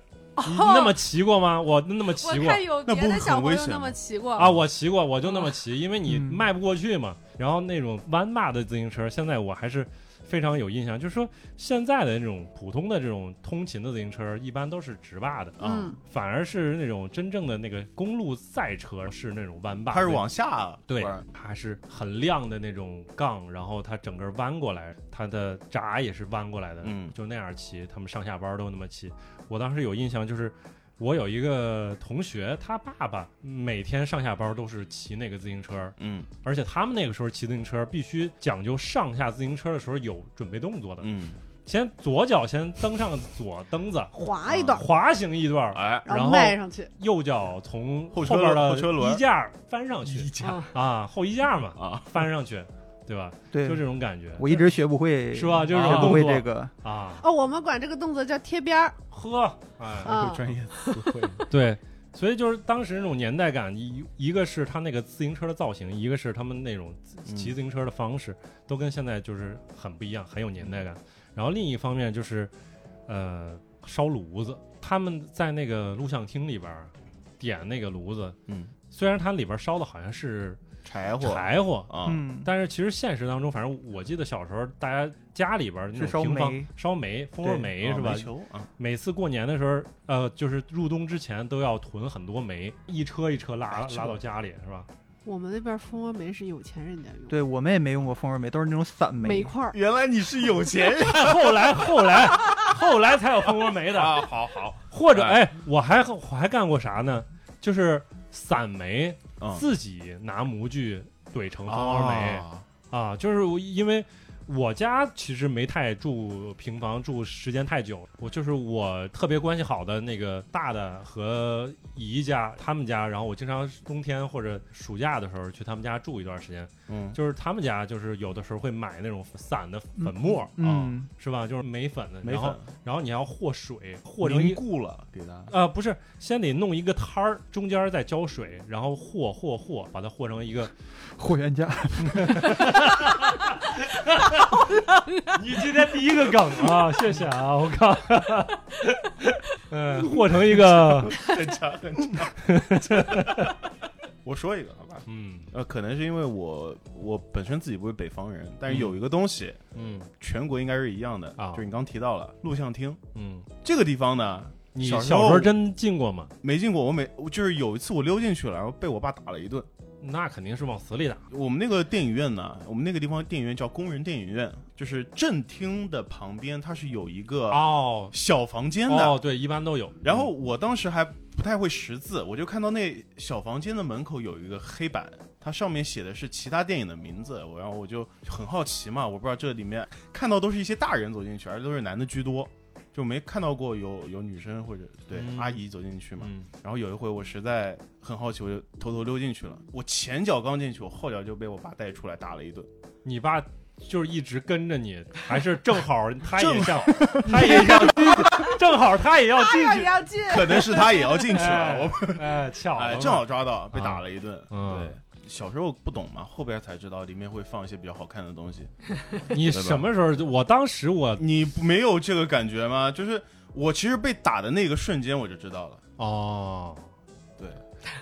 你那么骑过吗？我那么骑
哦我
过
看有别
那不
的
是
小
很
朋
危
友
险
那
吗
么骑过
啊，我骑过，我就那么骑，因为你
嗯
迈不过去嘛。然后那种弯把的自行车，现在我还是非常有印象，就是说现在的那种普通的这种通勤的自行车，一般都是直把的，
嗯，
嗯，
反而是那种真正的那个公路赛车是那种弯把，
他是往下
对
玩，
它是很亮的那种杠，然后它整个弯过来，它的闸也是弯过来的，
嗯
就那样骑，他们上下班都那么骑。我当时有印象，就是我有一个同学，他爸爸每天上下班都是骑那个自行车，
嗯
而且他们那个时候骑自行车必须讲究上下自行车的时候有准备动作的，
嗯，
先左脚先蹬上左蹬子，
滑一段儿，
滑行一段儿，
哎，
啊然
后
后
迈上去。
右脚从
后
后
车
边
后车轮
的衣架翻上去
啊，
啊，后衣架嘛，
啊，
翻上去，对吧？
对
就，这种感觉。
我一直学不会，
是吧？就是这
啊
学
种
不
动
会
作
这个，
啊，
哦，我们管这个动作叫贴边儿
喝，哎，
啊。
专业词汇，
对，所以就是当时那种年代感，一一个是他那个自行车的造型，一个是他们那种
嗯
骑自行车的方式，都跟现在就是很不一样，很有年代感。然后另一方面就是，呃，烧炉子，他们在那个录像厅里边儿点那个炉子，
嗯，
虽然它里边儿烧的好像是
柴火
柴火，
啊，
嗯，
但是其实现实当中，反正我记得小时候，大家家里边儿那
是
种
烧
平房
煤
烧煤、蜂窝
对
煤是
啊
吧
煤？球啊，
每次过年的时候，呃，就是入冬之前都要囤很多煤，一车一车拉
是
拉到家里是吧？
我们那边蜂窝煤是有钱人家用，，
对我们也没用过蜂窝煤，都是那种散
煤
煤。
块儿。
原来你是有钱 人
哎后来后来 后来才有蜂窝煤的，
啊，好好，
或者
哎
哎，我还我还干过啥呢？就是散煤，
嗯
自己拿模具怼
哦
成蜂窝煤啊，就是我因为。我家其实没太住平房，住时间太久。我就是我特别关系好的那个大的和姨家他们家，然后我经常冬天或者暑假的时候去他们家住一段时间。
嗯，
就是他们家就是有的时候会买那种散的粉末，
嗯，
是吧？就是煤粉的，
没
然后
粉
然后你要和水，和成
凝
一
固了，给他
呃不是，先得弄一个摊儿，中间再浇水，然后和和和，把它和成一个。
霍元甲，
你今天第一个梗 啊，谢谢啊，我靠，嗯，和成一个，
很长很长。 我说一个好吧，
嗯
呃，可能是因为我我本身自己不是北方人，但是
嗯
有一个东西
嗯
全国应该是一样的
啊
就是你刚提到了录像厅
嗯，
这个地方呢，
你
啊小
小
时
时
候
候真进过吗？
没进过，我每我就是有一次我溜进去了，然后被我爸打了一顿。
那肯定是往死里打。
我们那个电影院呢，我们那个地方电影院叫工人电影院，就是正厅的旁边，它是有一个
哦
小房间的。
哦，对，一般都有。
然后我当时还不太会识字，我就看到那小房间的门口有一个黑板，它上面写的是其他电影的名字，我然后我就很好奇嘛，我不知道这里面看到都是一些大人走进去，而且都是男的居多，就没看到过有有女生或者对、
嗯
阿姨走进去嘛。
嗯，
然后有一回我实在很好奇，我就偷偷溜进去了，我前脚刚进去，我后脚就被我爸带出来打了一顿。
你爸就是一直跟着你，还是正 好他也想，他也要进去，正好他也要进
哎他也
去，
要进，
可能是他也要进去了，
哎
我
哎，巧了
哎，
嘛，
正好抓到，被打了一顿。
嗯
对，啊哎小时候不懂嘛，后边才知道里面会放一些比较好看的东西。
你
对吧
什么时候？我当时我
你没有这个感觉吗？就是我其实被打的那个瞬间我就知道了。
哦，
对，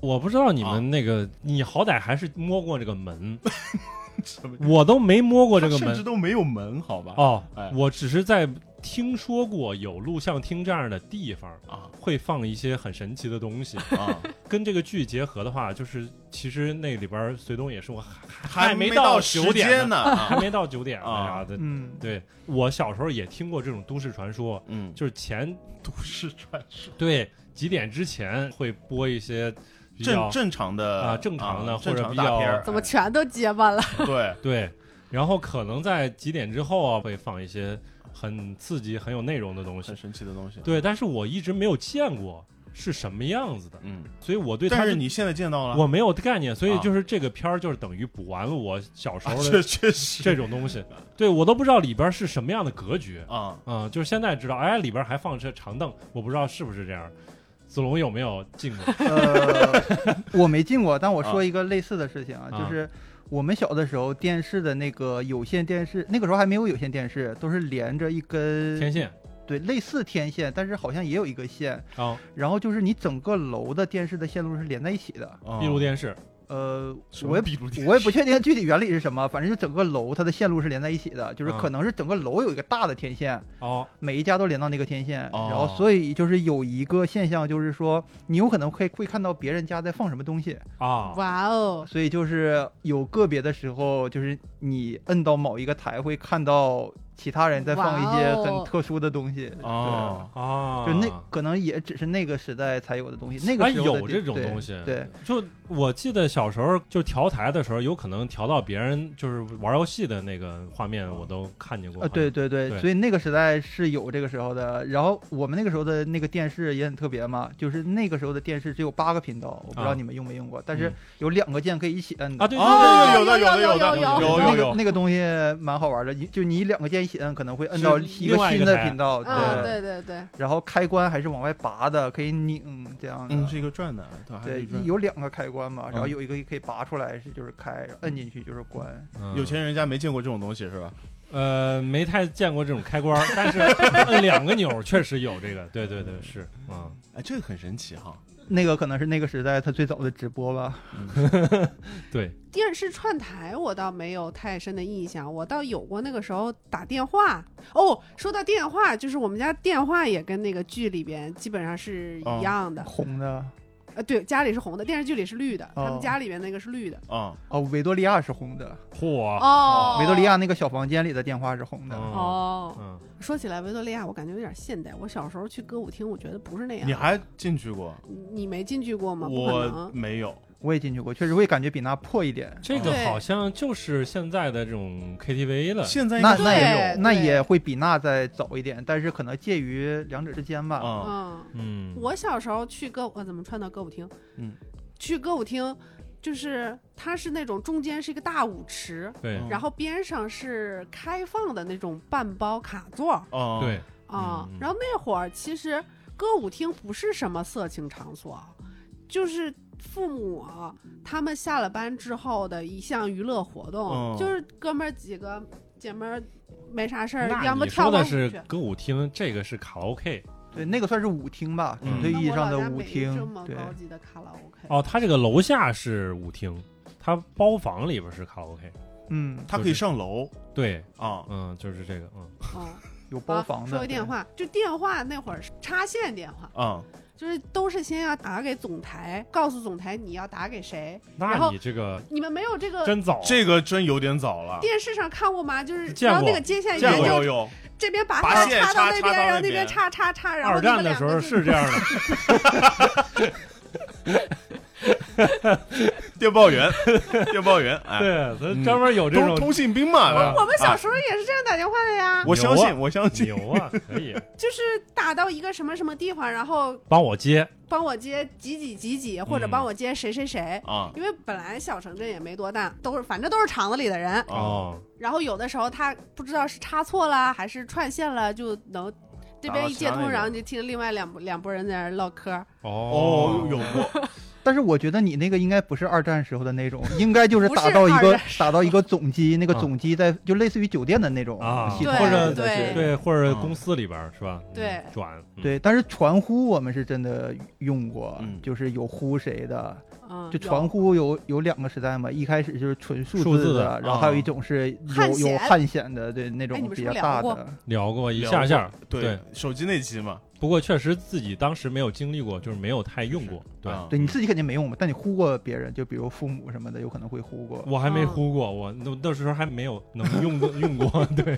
我不知道你
啊
们那个，你好歹还是摸过这个门，
什么
我都没摸过这个
甚至
门
都没有门，好吧？
哦
哎，
我只是在听说过有录像厅这样的地方
啊
会放一些很神奇的东 西，
啊，
跟这个剧结合的话，就是其实那里边儿隋东也说还还
还
没
到
九
时
点
间
呢，
呢。啊
还没到九点呢
啊
啥的。
嗯，
对我小时候也听过这种都市传 说，
嗯，
就是前
都市传说，
对几点之前会播一些比较
正正常的
啊正常的
啊
或者
正常
比
大
较
片儿
怎么全都结巴了？
对
对，然后可能在几点之后啊会放一些很刺激、很有内容的东西
很。神奇的东西？，
对，但是我一直没有见过是什么样子的，
嗯，
所以我对它
但是
就
你现在见到了，
我没有概念，所以
啊
就是这个片儿就是等于补完了我小时
啊
候
这
的
确实
这种东西，对我都不知道里边儿是什么样的格局。
啊，
嗯，就是现在知道，哎，里边儿还放着长凳，我不知道是不是这样。子龙有没有进 过？
呃， 我没进过，但我
啊
说一个类似的事情啊，
啊
就是我们小的时候电视的那个有线电视，那个时候还没有有线电视，都是连着一根
天线
对，类似天线，但是好像也有一个线，
啊，
然后就是你整个楼的电视的线路是连在一起的。
哦
闭路电视
呃，
什么
我也
闭路电
我也不确定具体原理是什么，反正就整个楼它的线路是连在一起的，就是
啊
可能是整个楼有一个大的天线，
哦，
每一家都连到那个天线，然后
哦
所以就是有一个现象，就是说你有可能会会看到别人家在放什么东西，
啊，
哇哦，
所以就是有个别的时候，就是你摁到某一个台会看到其他人在放一些
哇哦
很特殊的东西，
哦，
啊，
就那可能也只是那个时代才有的东西，那
哎
个时候的
有这种
对
东西
对，
就我记得小时候就调台的时候，有可能调到别人就是玩游戏的那个画面，我都看见过。
啊，对对对，
对
所以那个时代是有这个时候的。然后我们那个时候的那个电视也很特别嘛，就是那个时候的电视只有八个频道，我不知道
啊
你们用没用过，但是
嗯
有两个键可以一起摁的。
啊，对
哦，
对
有的有的
有
的
有
有
有
那
有
个
有，
那个东西蛮好玩的，你就你两个键一起摁，可能会摁
是
到
另
一个
外一
新
个
的
台
频道，
嗯，对
对。
对对，
然后开关还是往外拔的，可以拧这样的。
嗯，是一个转的，对，还是
对
一个，转。
有两个开关嘛，然后
嗯
有一个可以拔出来是就是开，然后摁进去就是关。
对
有钱人家没见过这种东西是吧？
呃没太见过这种开关 儿，但是摁两个钮儿确实有这个。对对对，是啊，
哎，这个很神奇哈。
那个可能是那个时代它最早的直播吧。
对
电视串台我倒没有太深的印象，我倒有过那个时候打电话。哦，说到电话，就是我们家电话也跟那个剧里边基本上是一样的。
红的
呃，对，家里是红的，电视剧里是绿的，
哦
他们家里边那个是绿的。
啊，
哦，维多利亚是红的，
嚯，
哦，
维多利亚那个小房间里的电话是红的。
哦，
哦，
嗯，
说起来维多利亚，我感觉有点现代。我小时候去歌舞厅，我觉得不是那样。
你还进去过？
你你没进去过吗？不可
我
能。
没有。
我也进去过，确实会感觉比那破一点。
这个
对
好像就是现在的这种 KTV 了。
现在应
那
该
那也
哎
对
那也会比那再早一点，但是可能介于两者之间吧。
啊，
嗯，
嗯，我小时候去歌，我怎么串到歌舞厅？
嗯，
去歌舞厅，就是它是那种中间是一个大舞池，
对
嗯
然后边上是开放的那种半包卡座儿
哦，
对，
啊。
嗯嗯
然后那会儿其实歌舞厅不是什么色情场所，就是父母啊他们下了班之后的一项娱乐活动，
哦
就是哥们儿几个姐们儿没啥事儿，
那
嗯要么
你
跳
说
个
的
舞
是
去。
歌舞厅，这个是卡拉 OK
对，那个算是舞厅吧，
嗯
准确
那
意义
我
上
老
的
家
舞
没
厅
这么。
对，
高级的卡拉 OK，
哦，它这个楼下是舞厅，它包房里边是卡拉 OK。
嗯，
他可以上楼
对，
啊。
嗯，就是这个，嗯，
嗯，
有包
啊
房的。
说回电
对
话，就电话那会儿是插线电话，
啊，
就是都是先要打给总台，告诉总台你要打给谁。然
那
后
你这个
你们没有这个
真早，
这个真有点早了。
电视上看过吗？就是
见
然后那
过
个接线
见
员
过
有
就
有，
这边拔
拔
它
线
插到
插
那
插
边，
到
然
那
后那边
边
插插插，然后
二
你们
战的
两
时
个
候
就是
这样的，
电报员，电报员，哎，
对，咱专门有这
通
种
通信兵嘛，
啊
我们小
啊
时候也是这样打电话的呀，
我相
牛
信，
啊
我相信，
牛啊，可以
就是打到一个什么什么地方，然后
帮我接，
帮我接几几几几，或者
嗯
帮我接谁谁谁。
啊
因为本来小城镇也没多大，都是反正都是厂子里的人，
啊，
哦，
然后有的时候他不知道是插错了还是串线了，就能这边一接
打到其他那
通，
边
然后你就听另外两两拨人在那儿唠嗑。
哦
哦，，
有过，
但是我觉得你那个应该不是二战时候的那种， 应该就是
不是
打到一
二
个
战
打到一个总机，那个
啊
总机在就类似于酒店的那种
啊
系统，
对
我觉得
对
是
对，或者公司里边儿是吧？嗯
对
转，嗯
对，但是传呼我们是真的用过，
嗯
就是有呼谁的，
嗯，
就
有
传呼有有两个时代嘛，一开始就是纯数
数字
的，啊
的
然后还有一种是
汉
有
显
有汉显的，对那
哎你
种
们
比
是
较
不是
大
聊过
的。
聊过一下下，
对
对，
手机那期嘛，
不过确实自己当时没有经历过，就是没有太用过。对，
啊
对你自己肯定没用嘛，但你呼过别人，就比如父母什么的，有可能会呼过。
我还
嗯
没呼过，我那那时候还没有能用过用过。对，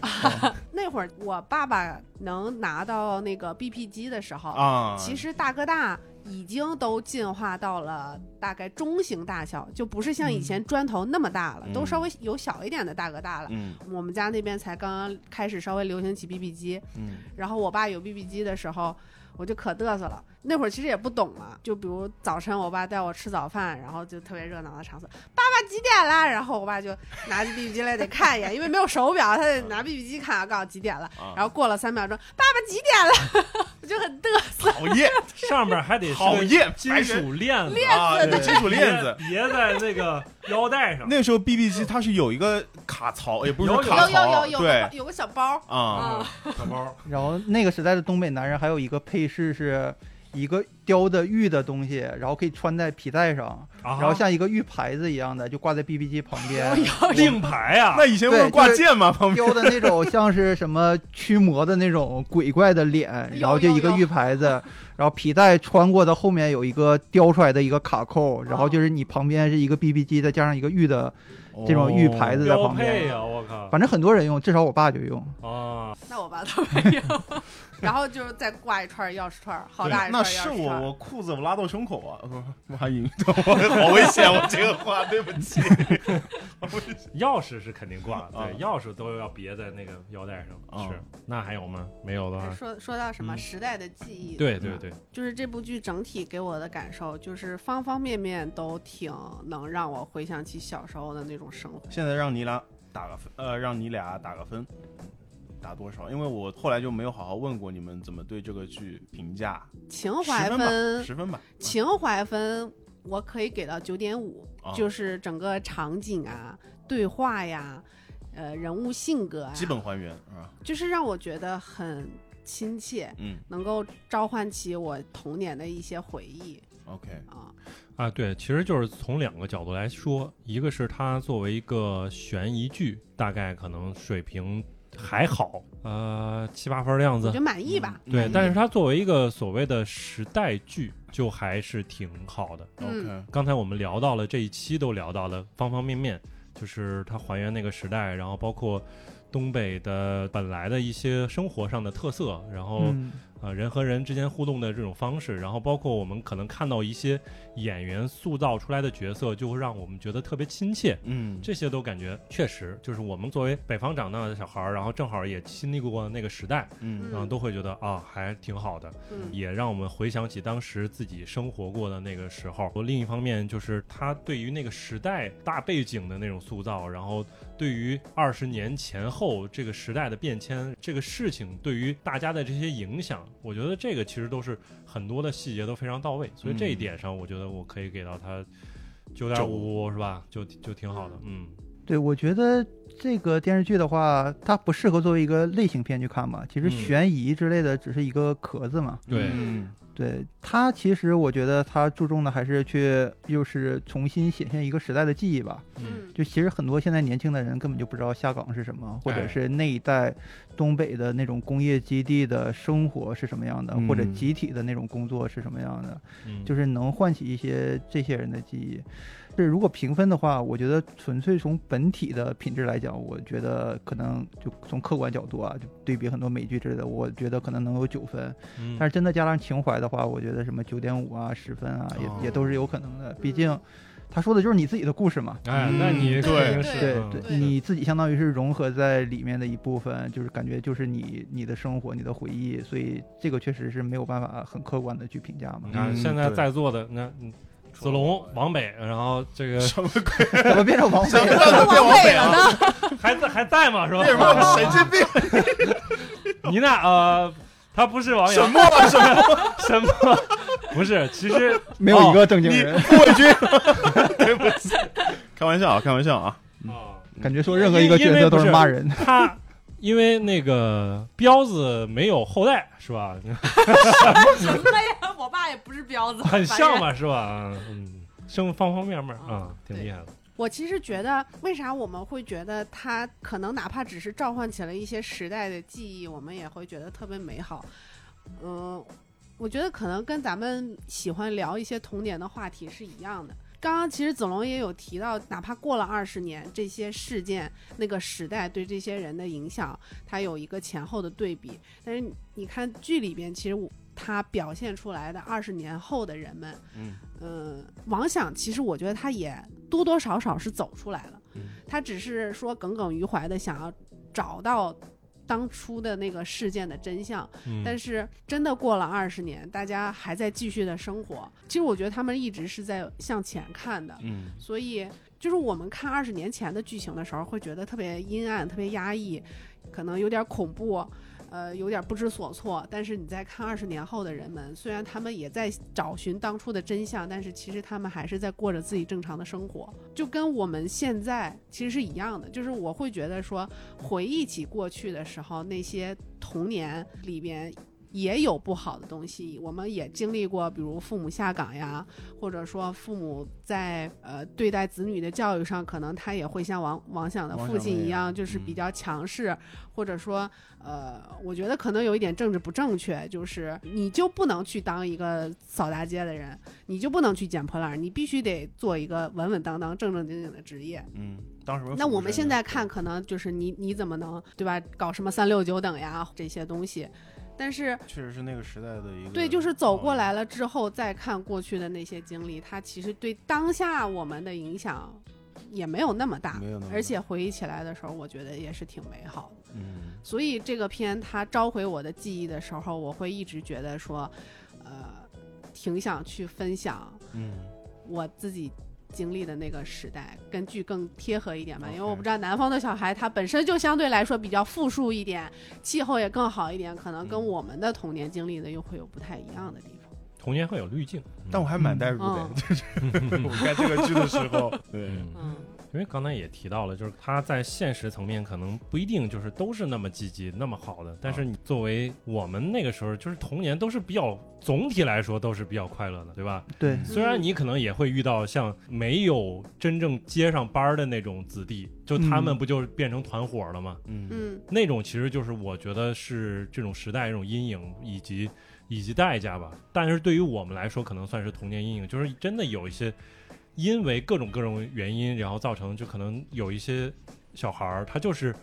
那会儿我爸爸能拿到那个 BP 机的时候，
啊，
其实大哥大已经都进化到了大概中型大小，就不是像以前砖头那么大了，
嗯
都稍微有小一点的大哥大了。
嗯
我们家那边才刚刚开始稍微流行起 BB 机，
嗯
然后我爸有 BB 机的时候，我就可嘚瑟了。那会儿其实也不懂嘛，就比如早晨我爸带我吃早饭，然后就特别热闹的场所，爸爸几点啦？然后我爸就拿起 BB 机来得看一眼，因为没有手表，他得拿 BB 机看啊，告诉我几点了。
啊，
然后过了三秒钟，爸爸几点了？ 我就很嘚瑟，
讨厌，
上面还得是
讨
个
厌，
金属链子，
啊，
链子
对金属链子。
别别在那个腰带上。
那时候 B B 机它是有一个卡槽，也不是说
有
卡
有
槽，
有有有
对
个有个小包，
啊，
小包，
然后那个时代的东北男人还有一个配饰是。一个雕的玉的东西，然后可以穿在皮带上，
然
然后像一个玉牌子一样的，就挂在 BB 机旁
哎
边。
令牌啊
那，以前不是
对
挂
就是
件吗？ 旁边
雕的那种像是什么驱魔的那种鬼怪的脸，然后就一个玉牌子，然后皮带穿过的后面有一个雕出来的一个卡扣，然后就是你旁边是一个 BB 机，再加上一个玉的，这种玉牌
哦
子在
标
旁边
配啊！我靠
反正很多人用，至少我爸就用。
啊！
那我爸都没有。 然后就是再挂一串钥匙串儿，好大一
那
串钥
是
匙
我，
串儿。
我裤子我拉到胸口啊，我还赢， 我好危险，我这个话对不起。
钥匙是肯定挂，
啊
对，钥匙都要别在那个腰带上。
啊
是，那还有吗？没有的话，
说说到什么
嗯
时代的记忆，
对对对，
就是这部剧整体给我的感受，就是方方面面都挺能让我回想起小时候的那种生活。
现在让你俩打个分，呃，让你俩打个分，打多少？因为我后来就没有好好问过你们怎么对这个剧评价，
情怀
十分吧，
分，
十分吧，
情怀分我可以给到九点五，
啊
就是整个场景啊、对话呀、呃人物性格啊，
基本还原啊，
就是让我觉得很亲切，
嗯
能够召唤起我童年的一些回忆
，OK，
啊。
啊，对，其实就是从两个角度来说，一个是它作为一个悬疑剧，大概可能水平还好，呃，七八分儿的样
我
子
觉得。满意吧，
对，但是
是
它作为一个所谓的时代剧，就还是挺好的。
嗯
OK，
刚才我们聊到了这一期都聊到了方方面面，就是它还原那个时代，然后包括东北的本来的一些生活上的特色，然后、
嗯，
呃人和人之间互动的这种方式，然后包括我们可能看到一些演员塑造出来的角色，就会让我们觉得特别亲切。
嗯，
这些都感觉确实就是我们作为北方长大的小孩儿，然后正好也经历过那个时代，
嗯
然后都会觉得啊还挺好的，
嗯，
也让我们回想起当时自己生活过的那个时候。另一方面就是他对于那个时代大背景的那种塑造，然后对于二十年前后这个时代的变迁这个事情对于大家的这些影响，我觉得这个其实都是很多的细节都非常到位，所以
嗯
这一点上，我觉得我可以给到他九点五是吧？就就挺好的，嗯
对，我觉得这个电视剧的话，它不适合作为一个类型片去看嘛。其实
嗯
悬疑之类的只是一个壳子嘛。
对
嗯
对它，其实我觉得它注重的还是去又是重新显现一个时代的记忆吧。
嗯
嗯
就其实很多现在年轻的人根本就不知道下岗是什么，或
哎
者是那一代东北的那种工业基地的生活是什么样的，或者
嗯
集体的那种工作是什么样的，
嗯，
就是能唤起一些这些人的记忆。这如果评分的话，我觉得纯粹从本体的品质来讲，我觉得可能就从客观角度啊，就对比很多美剧之类的，我觉得可能能有九分。
嗯
但是真的加上情怀的话，我觉得什么九点五啊、十分啊，
哦
也也都是有可能的。毕竟，他说的就是你自己的故事嘛。
哎，
嗯
那你肯
对
定是
对
嗯
对
你自己相当于是融合在里面的一部分，就是感觉就是你你的生活、你的回忆，所以这个确实是没有办法很客观的去评价嘛
你。看
嗯
现在
对
在座的那嗯子龙、王北，然后这个
什么鬼？
怎么变成王菲了？
都
变
往
王
北
北
了
啊？
呢。
还在还在吗？是吧？
为什么神经病？
妮娜呃，他不是王
什
阳，
么啊什么？
什么？不是，其实
没有一个正经
哎
你
人，
顾伟军， 对不起，开玩笑啊，开玩笑啊。
啊，
感觉说任何一个角色都是骂人。
他因为那个彪子没有后代是吧？
啊
什么呀？ 我爸也不是 彪子，
很像
吧？
吧是吧？嗯，生方方面面啊，挺厉害的。
我其实觉得，为啥我们会觉得他可能哪怕只是召唤起了一些时代的记忆，我们也会觉得特别美好。嗯、我觉得可能跟咱们喜欢聊一些童年的话题是一样的。刚刚其实子龙也有提到，哪怕过了二十年，这些事件、那个时代对这些人的影响，它有一个前后的对比。但是你看剧里边，其实我他表现出来的二十年后的人们，
嗯
嗯，王想其实我觉得他也多多少少是走出来了，
嗯
他只是说耿耿于怀的想要找到当初的那个事件的真相，
嗯
但是真的过了二十年，大家还在继续的生活。其实我觉得他们一直是在向前看的，
嗯
所以就是我们看二十年前的剧情的时候，会觉得特别阴暗、特别压抑，可能有点恐怖，呃，有点不知所措。但是你再看二十年后的人们，虽然他们也在找寻当初的真相，但是其实他们还是在过着自己正常的生活，就跟我们现在其实是一样的。就是我会觉得说，回忆起过去的时候，那些童年里边。也有不好的东西，我们也经历过，比如父母下岗呀，或者说父母在呃对待子女的教育上，可能他也会像王王想的
王
父
想
亲
那
一
样
样，就是
嗯
比较强势，或者说呃，我觉得可能有一点政治不正确，就是你就不能去当一个扫大街的人，你就不能去捡破烂儿，你必须得做一个稳稳当当、正正经经的职业。
嗯，当时
那我们现在看，可能就是你你怎么能对吧？搞什么三六九等呀这些东西，但是
确实是那个时代的一个
对，就是走
哦
过来了之后再看过去的那些经历，它其实对当下我们的影响也没有那么大，
没有那么大
而且回忆起来的时候，我觉得也是挺美好的。
嗯
所以这个片它召回我的记忆的时候，我会一直觉得说，呃，挺想去分享
嗯
我自己。经历的那个时代，跟剧更贴合一点吧，因为
OK
我不知道南方的小孩他本身就相对来说比较富庶一点，气候也更好一点，可能跟
嗯
我们的童年经历的又会有不太一样的地方。
童年会有滤镜，
嗯
嗯
但我还蛮代入的，
嗯
就是 我看这个剧的时 候，对，
嗯
嗯，
因为刚才也提到了，就是他在现实层面可能不一定就是都是那么积极、那么好的，但是你作为我们那个时候，就是童年都是比较总体来说都是比较快乐的，对吧？
对，
虽
嗯
然你可能也会遇到像没有真正接上班儿的那种子弟，就他们
嗯
不就变成团伙了吗？
嗯
嗯，
那种其实就是我觉得是这种时代一种阴影以及以及代价吧。但是对于我们来说，可能算是童年阴影，就是真的有一些因为各种各种原因，然后造成就可能有一些小孩儿他就是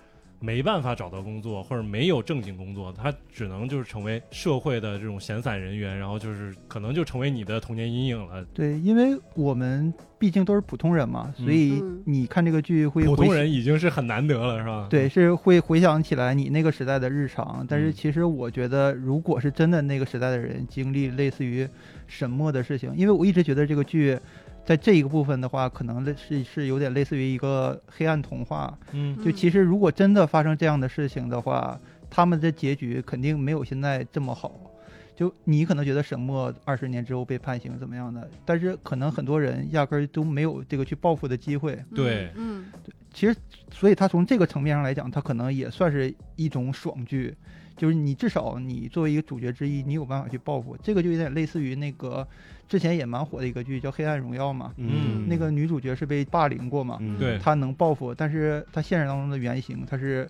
没办法找到工作，或者没有正经工作，他只能就是成为社会的这种闲散人员，然后就是可能就成为你的童年阴影了。
对，因为我们毕竟都是普通人嘛，所
嗯
以
嗯
你看这个剧会
普
回
通人已经是很难得了，是吧？
对，是会回想起来你那个时代的日常，但是
嗯
其实我觉得，如果是真的那个时代的人经历类似于沈墨的事情，因为我一直觉得这个剧在这一个部分的话，可能类是是有点类似于一个黑暗童话。
嗯，
就其
实
实如果真的发生这样的事情的话，他们的结局肯定没有现在这么好。就你可能觉得沈墨二十年之后被判刑怎么样的，但是可能很多人压根儿都没有这个去报复的机会。
对
嗯
其实，所以他从这个层面上来讲，他可能也算是一种爽剧，就是你至少你作为一个主角之一，你有办法去报复。这个就有点类似于那个之前也蛮火的一个剧叫《黑暗荣耀》嘛，
嗯
那个女主角是被霸凌过嘛，
嗯
对
她能报复，但是她现实当中的原型她是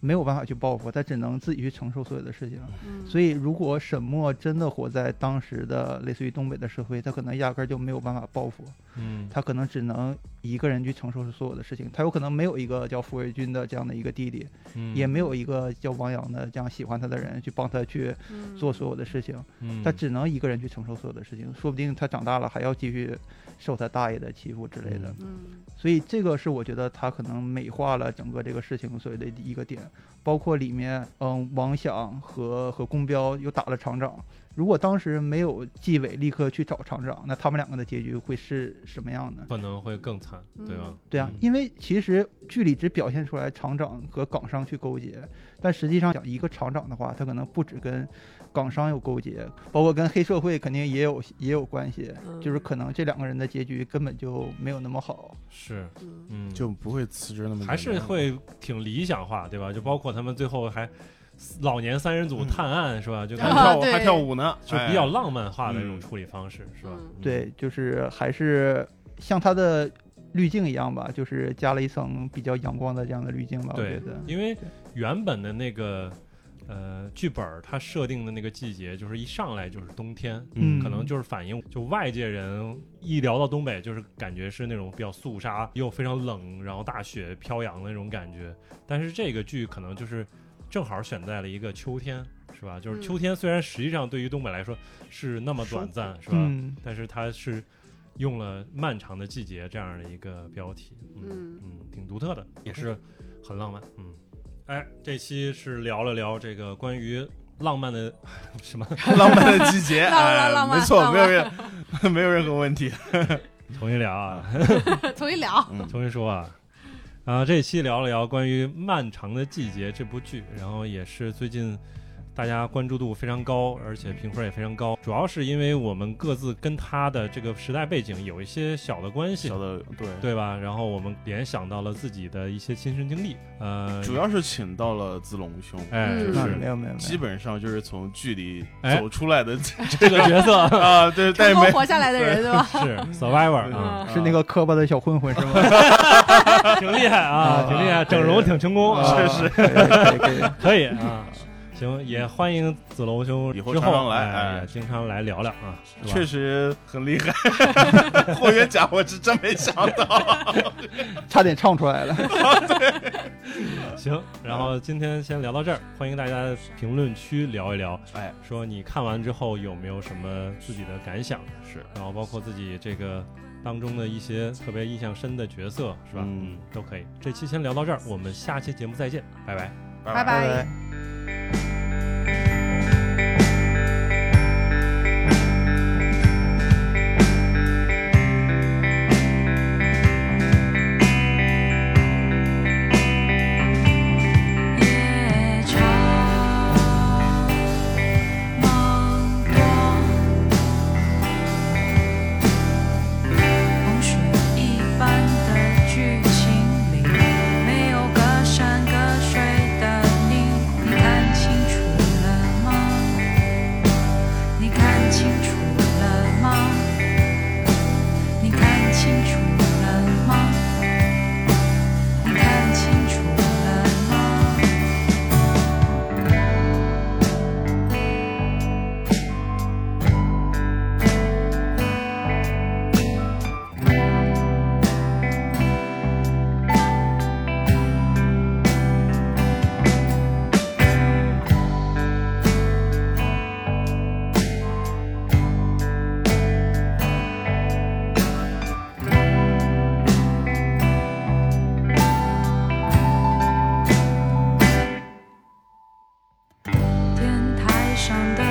没有办法去报复，她只能自己去承受所有的事情。
嗯，
所
以
以，如果沈墨真的活在当时的类似于东北的社会，他可能压根儿就没有办法报复。
嗯，
他可能只能一个人去承受所有的事情，他有可能没有一个叫傅卫军的这样的一个弟弟，
嗯
也没有一个叫王阳的这样喜欢他的人去帮他去
嗯
做所有的事情，
嗯
他只能一个人去承受所有的事情，说不定他长大了还要继续受他大爷的欺负之类的。
嗯
所以这个是我觉得他可能美化了整个这个事情所谓的一个点，包括里面，嗯，王响和和宫彪又打了厂长。如果当时没有纪委立刻去找厂长，那他们两个的结局会是什么样呢？
可能会更惨，对吧
嗯？
对啊
嗯，
因为其实剧里只表现出来厂长和港商去勾结，但实际上讲一个厂长的话，他可能不止跟港商有勾结，包括跟黑社会肯定也有也有关系，
嗯
就是可能这两个人的结局根本就没有那么好。
是，
嗯
嗯，
就不会辞职那么简单
还是会挺理想化，对吧？就包括他们最后还老年三人组
嗯哎
探案，是吧？就
还
感觉
跳舞
哦对
还跳舞呢， 哎
就比较浪漫化的这种处理方式，是吧？
嗯
对，就是还是像它的滤镜一样吧，就是加了一层比较阳光的这样的滤镜吧。我
对
觉得，
因为原本的那个呃剧本儿它设定的那个季节，就是一上来就是冬天，
嗯
可能就是反映就外界人一聊到东北，就是感觉是那种比较肃杀又非常冷，然后大雪飘扬的那种感觉。但是这个剧可能就是正好选在了一个秋天，是吧？就是
嗯
秋天虽然实际上对于东北来说是那么短暂，是吧？
嗯，
但是它是用了“漫长的季节”这样的一个标题，嗯
嗯
挺独特的，也是很浪漫，嗯。哎，这期是聊了聊这个关于浪漫的什 么，
浪漫的季节，
浪漫
哎
浪漫
没错，
浪
没
漫
有任没有任 何问题。
重新聊啊，
重新聊，
重新说啊。啊，这期聊了聊关于《漫长的季节》这部剧，然后也是最近大家关注度非常高，而且评分也非常高，主要是因为我们各自跟它的这个时代背景有一些小的关系
小，的对，
对吧？然后我们联想到了自己的一些亲身经历，呃，
主要是请到了子龙兄，
哎，就
嗯
那没有
是
没有没有，
基本上就是从剧里
哎
走出来的
这个角 色
啊，对，但是
成 功
没
活下来的人对吧？
是 survivor 啊，
嗯
是那个磕巴的小混混是吗？
挺厉害啊，
啊
挺厉害，整容挺成功，
啊
啊
是是
可以可以可以，
可以啊。 行，也欢迎子龙兄
以后
之
常常来
哎，
哎
也经常来聊聊啊，是吧
确实很厉 害。 霍元甲，我是真没想到。
差点唱出来了。
行。然后今天先聊到这儿，欢迎大家评论区聊一聊，
哎，
说你看完之后有没有什么自己的感想，
是
然后包括自己这个当中的一些特别印象深的角色，是吧？
嗯，
都可以。这期先聊到这儿，我们下期节目再见，拜拜。
拜
拜
拜拜。
夜长茫茫，洪水一般的剧情里，没有隔山隔水的你，你看清楚了吗？你看清楚了吗？你看清楚了吗？你看清楚了吗？天台上的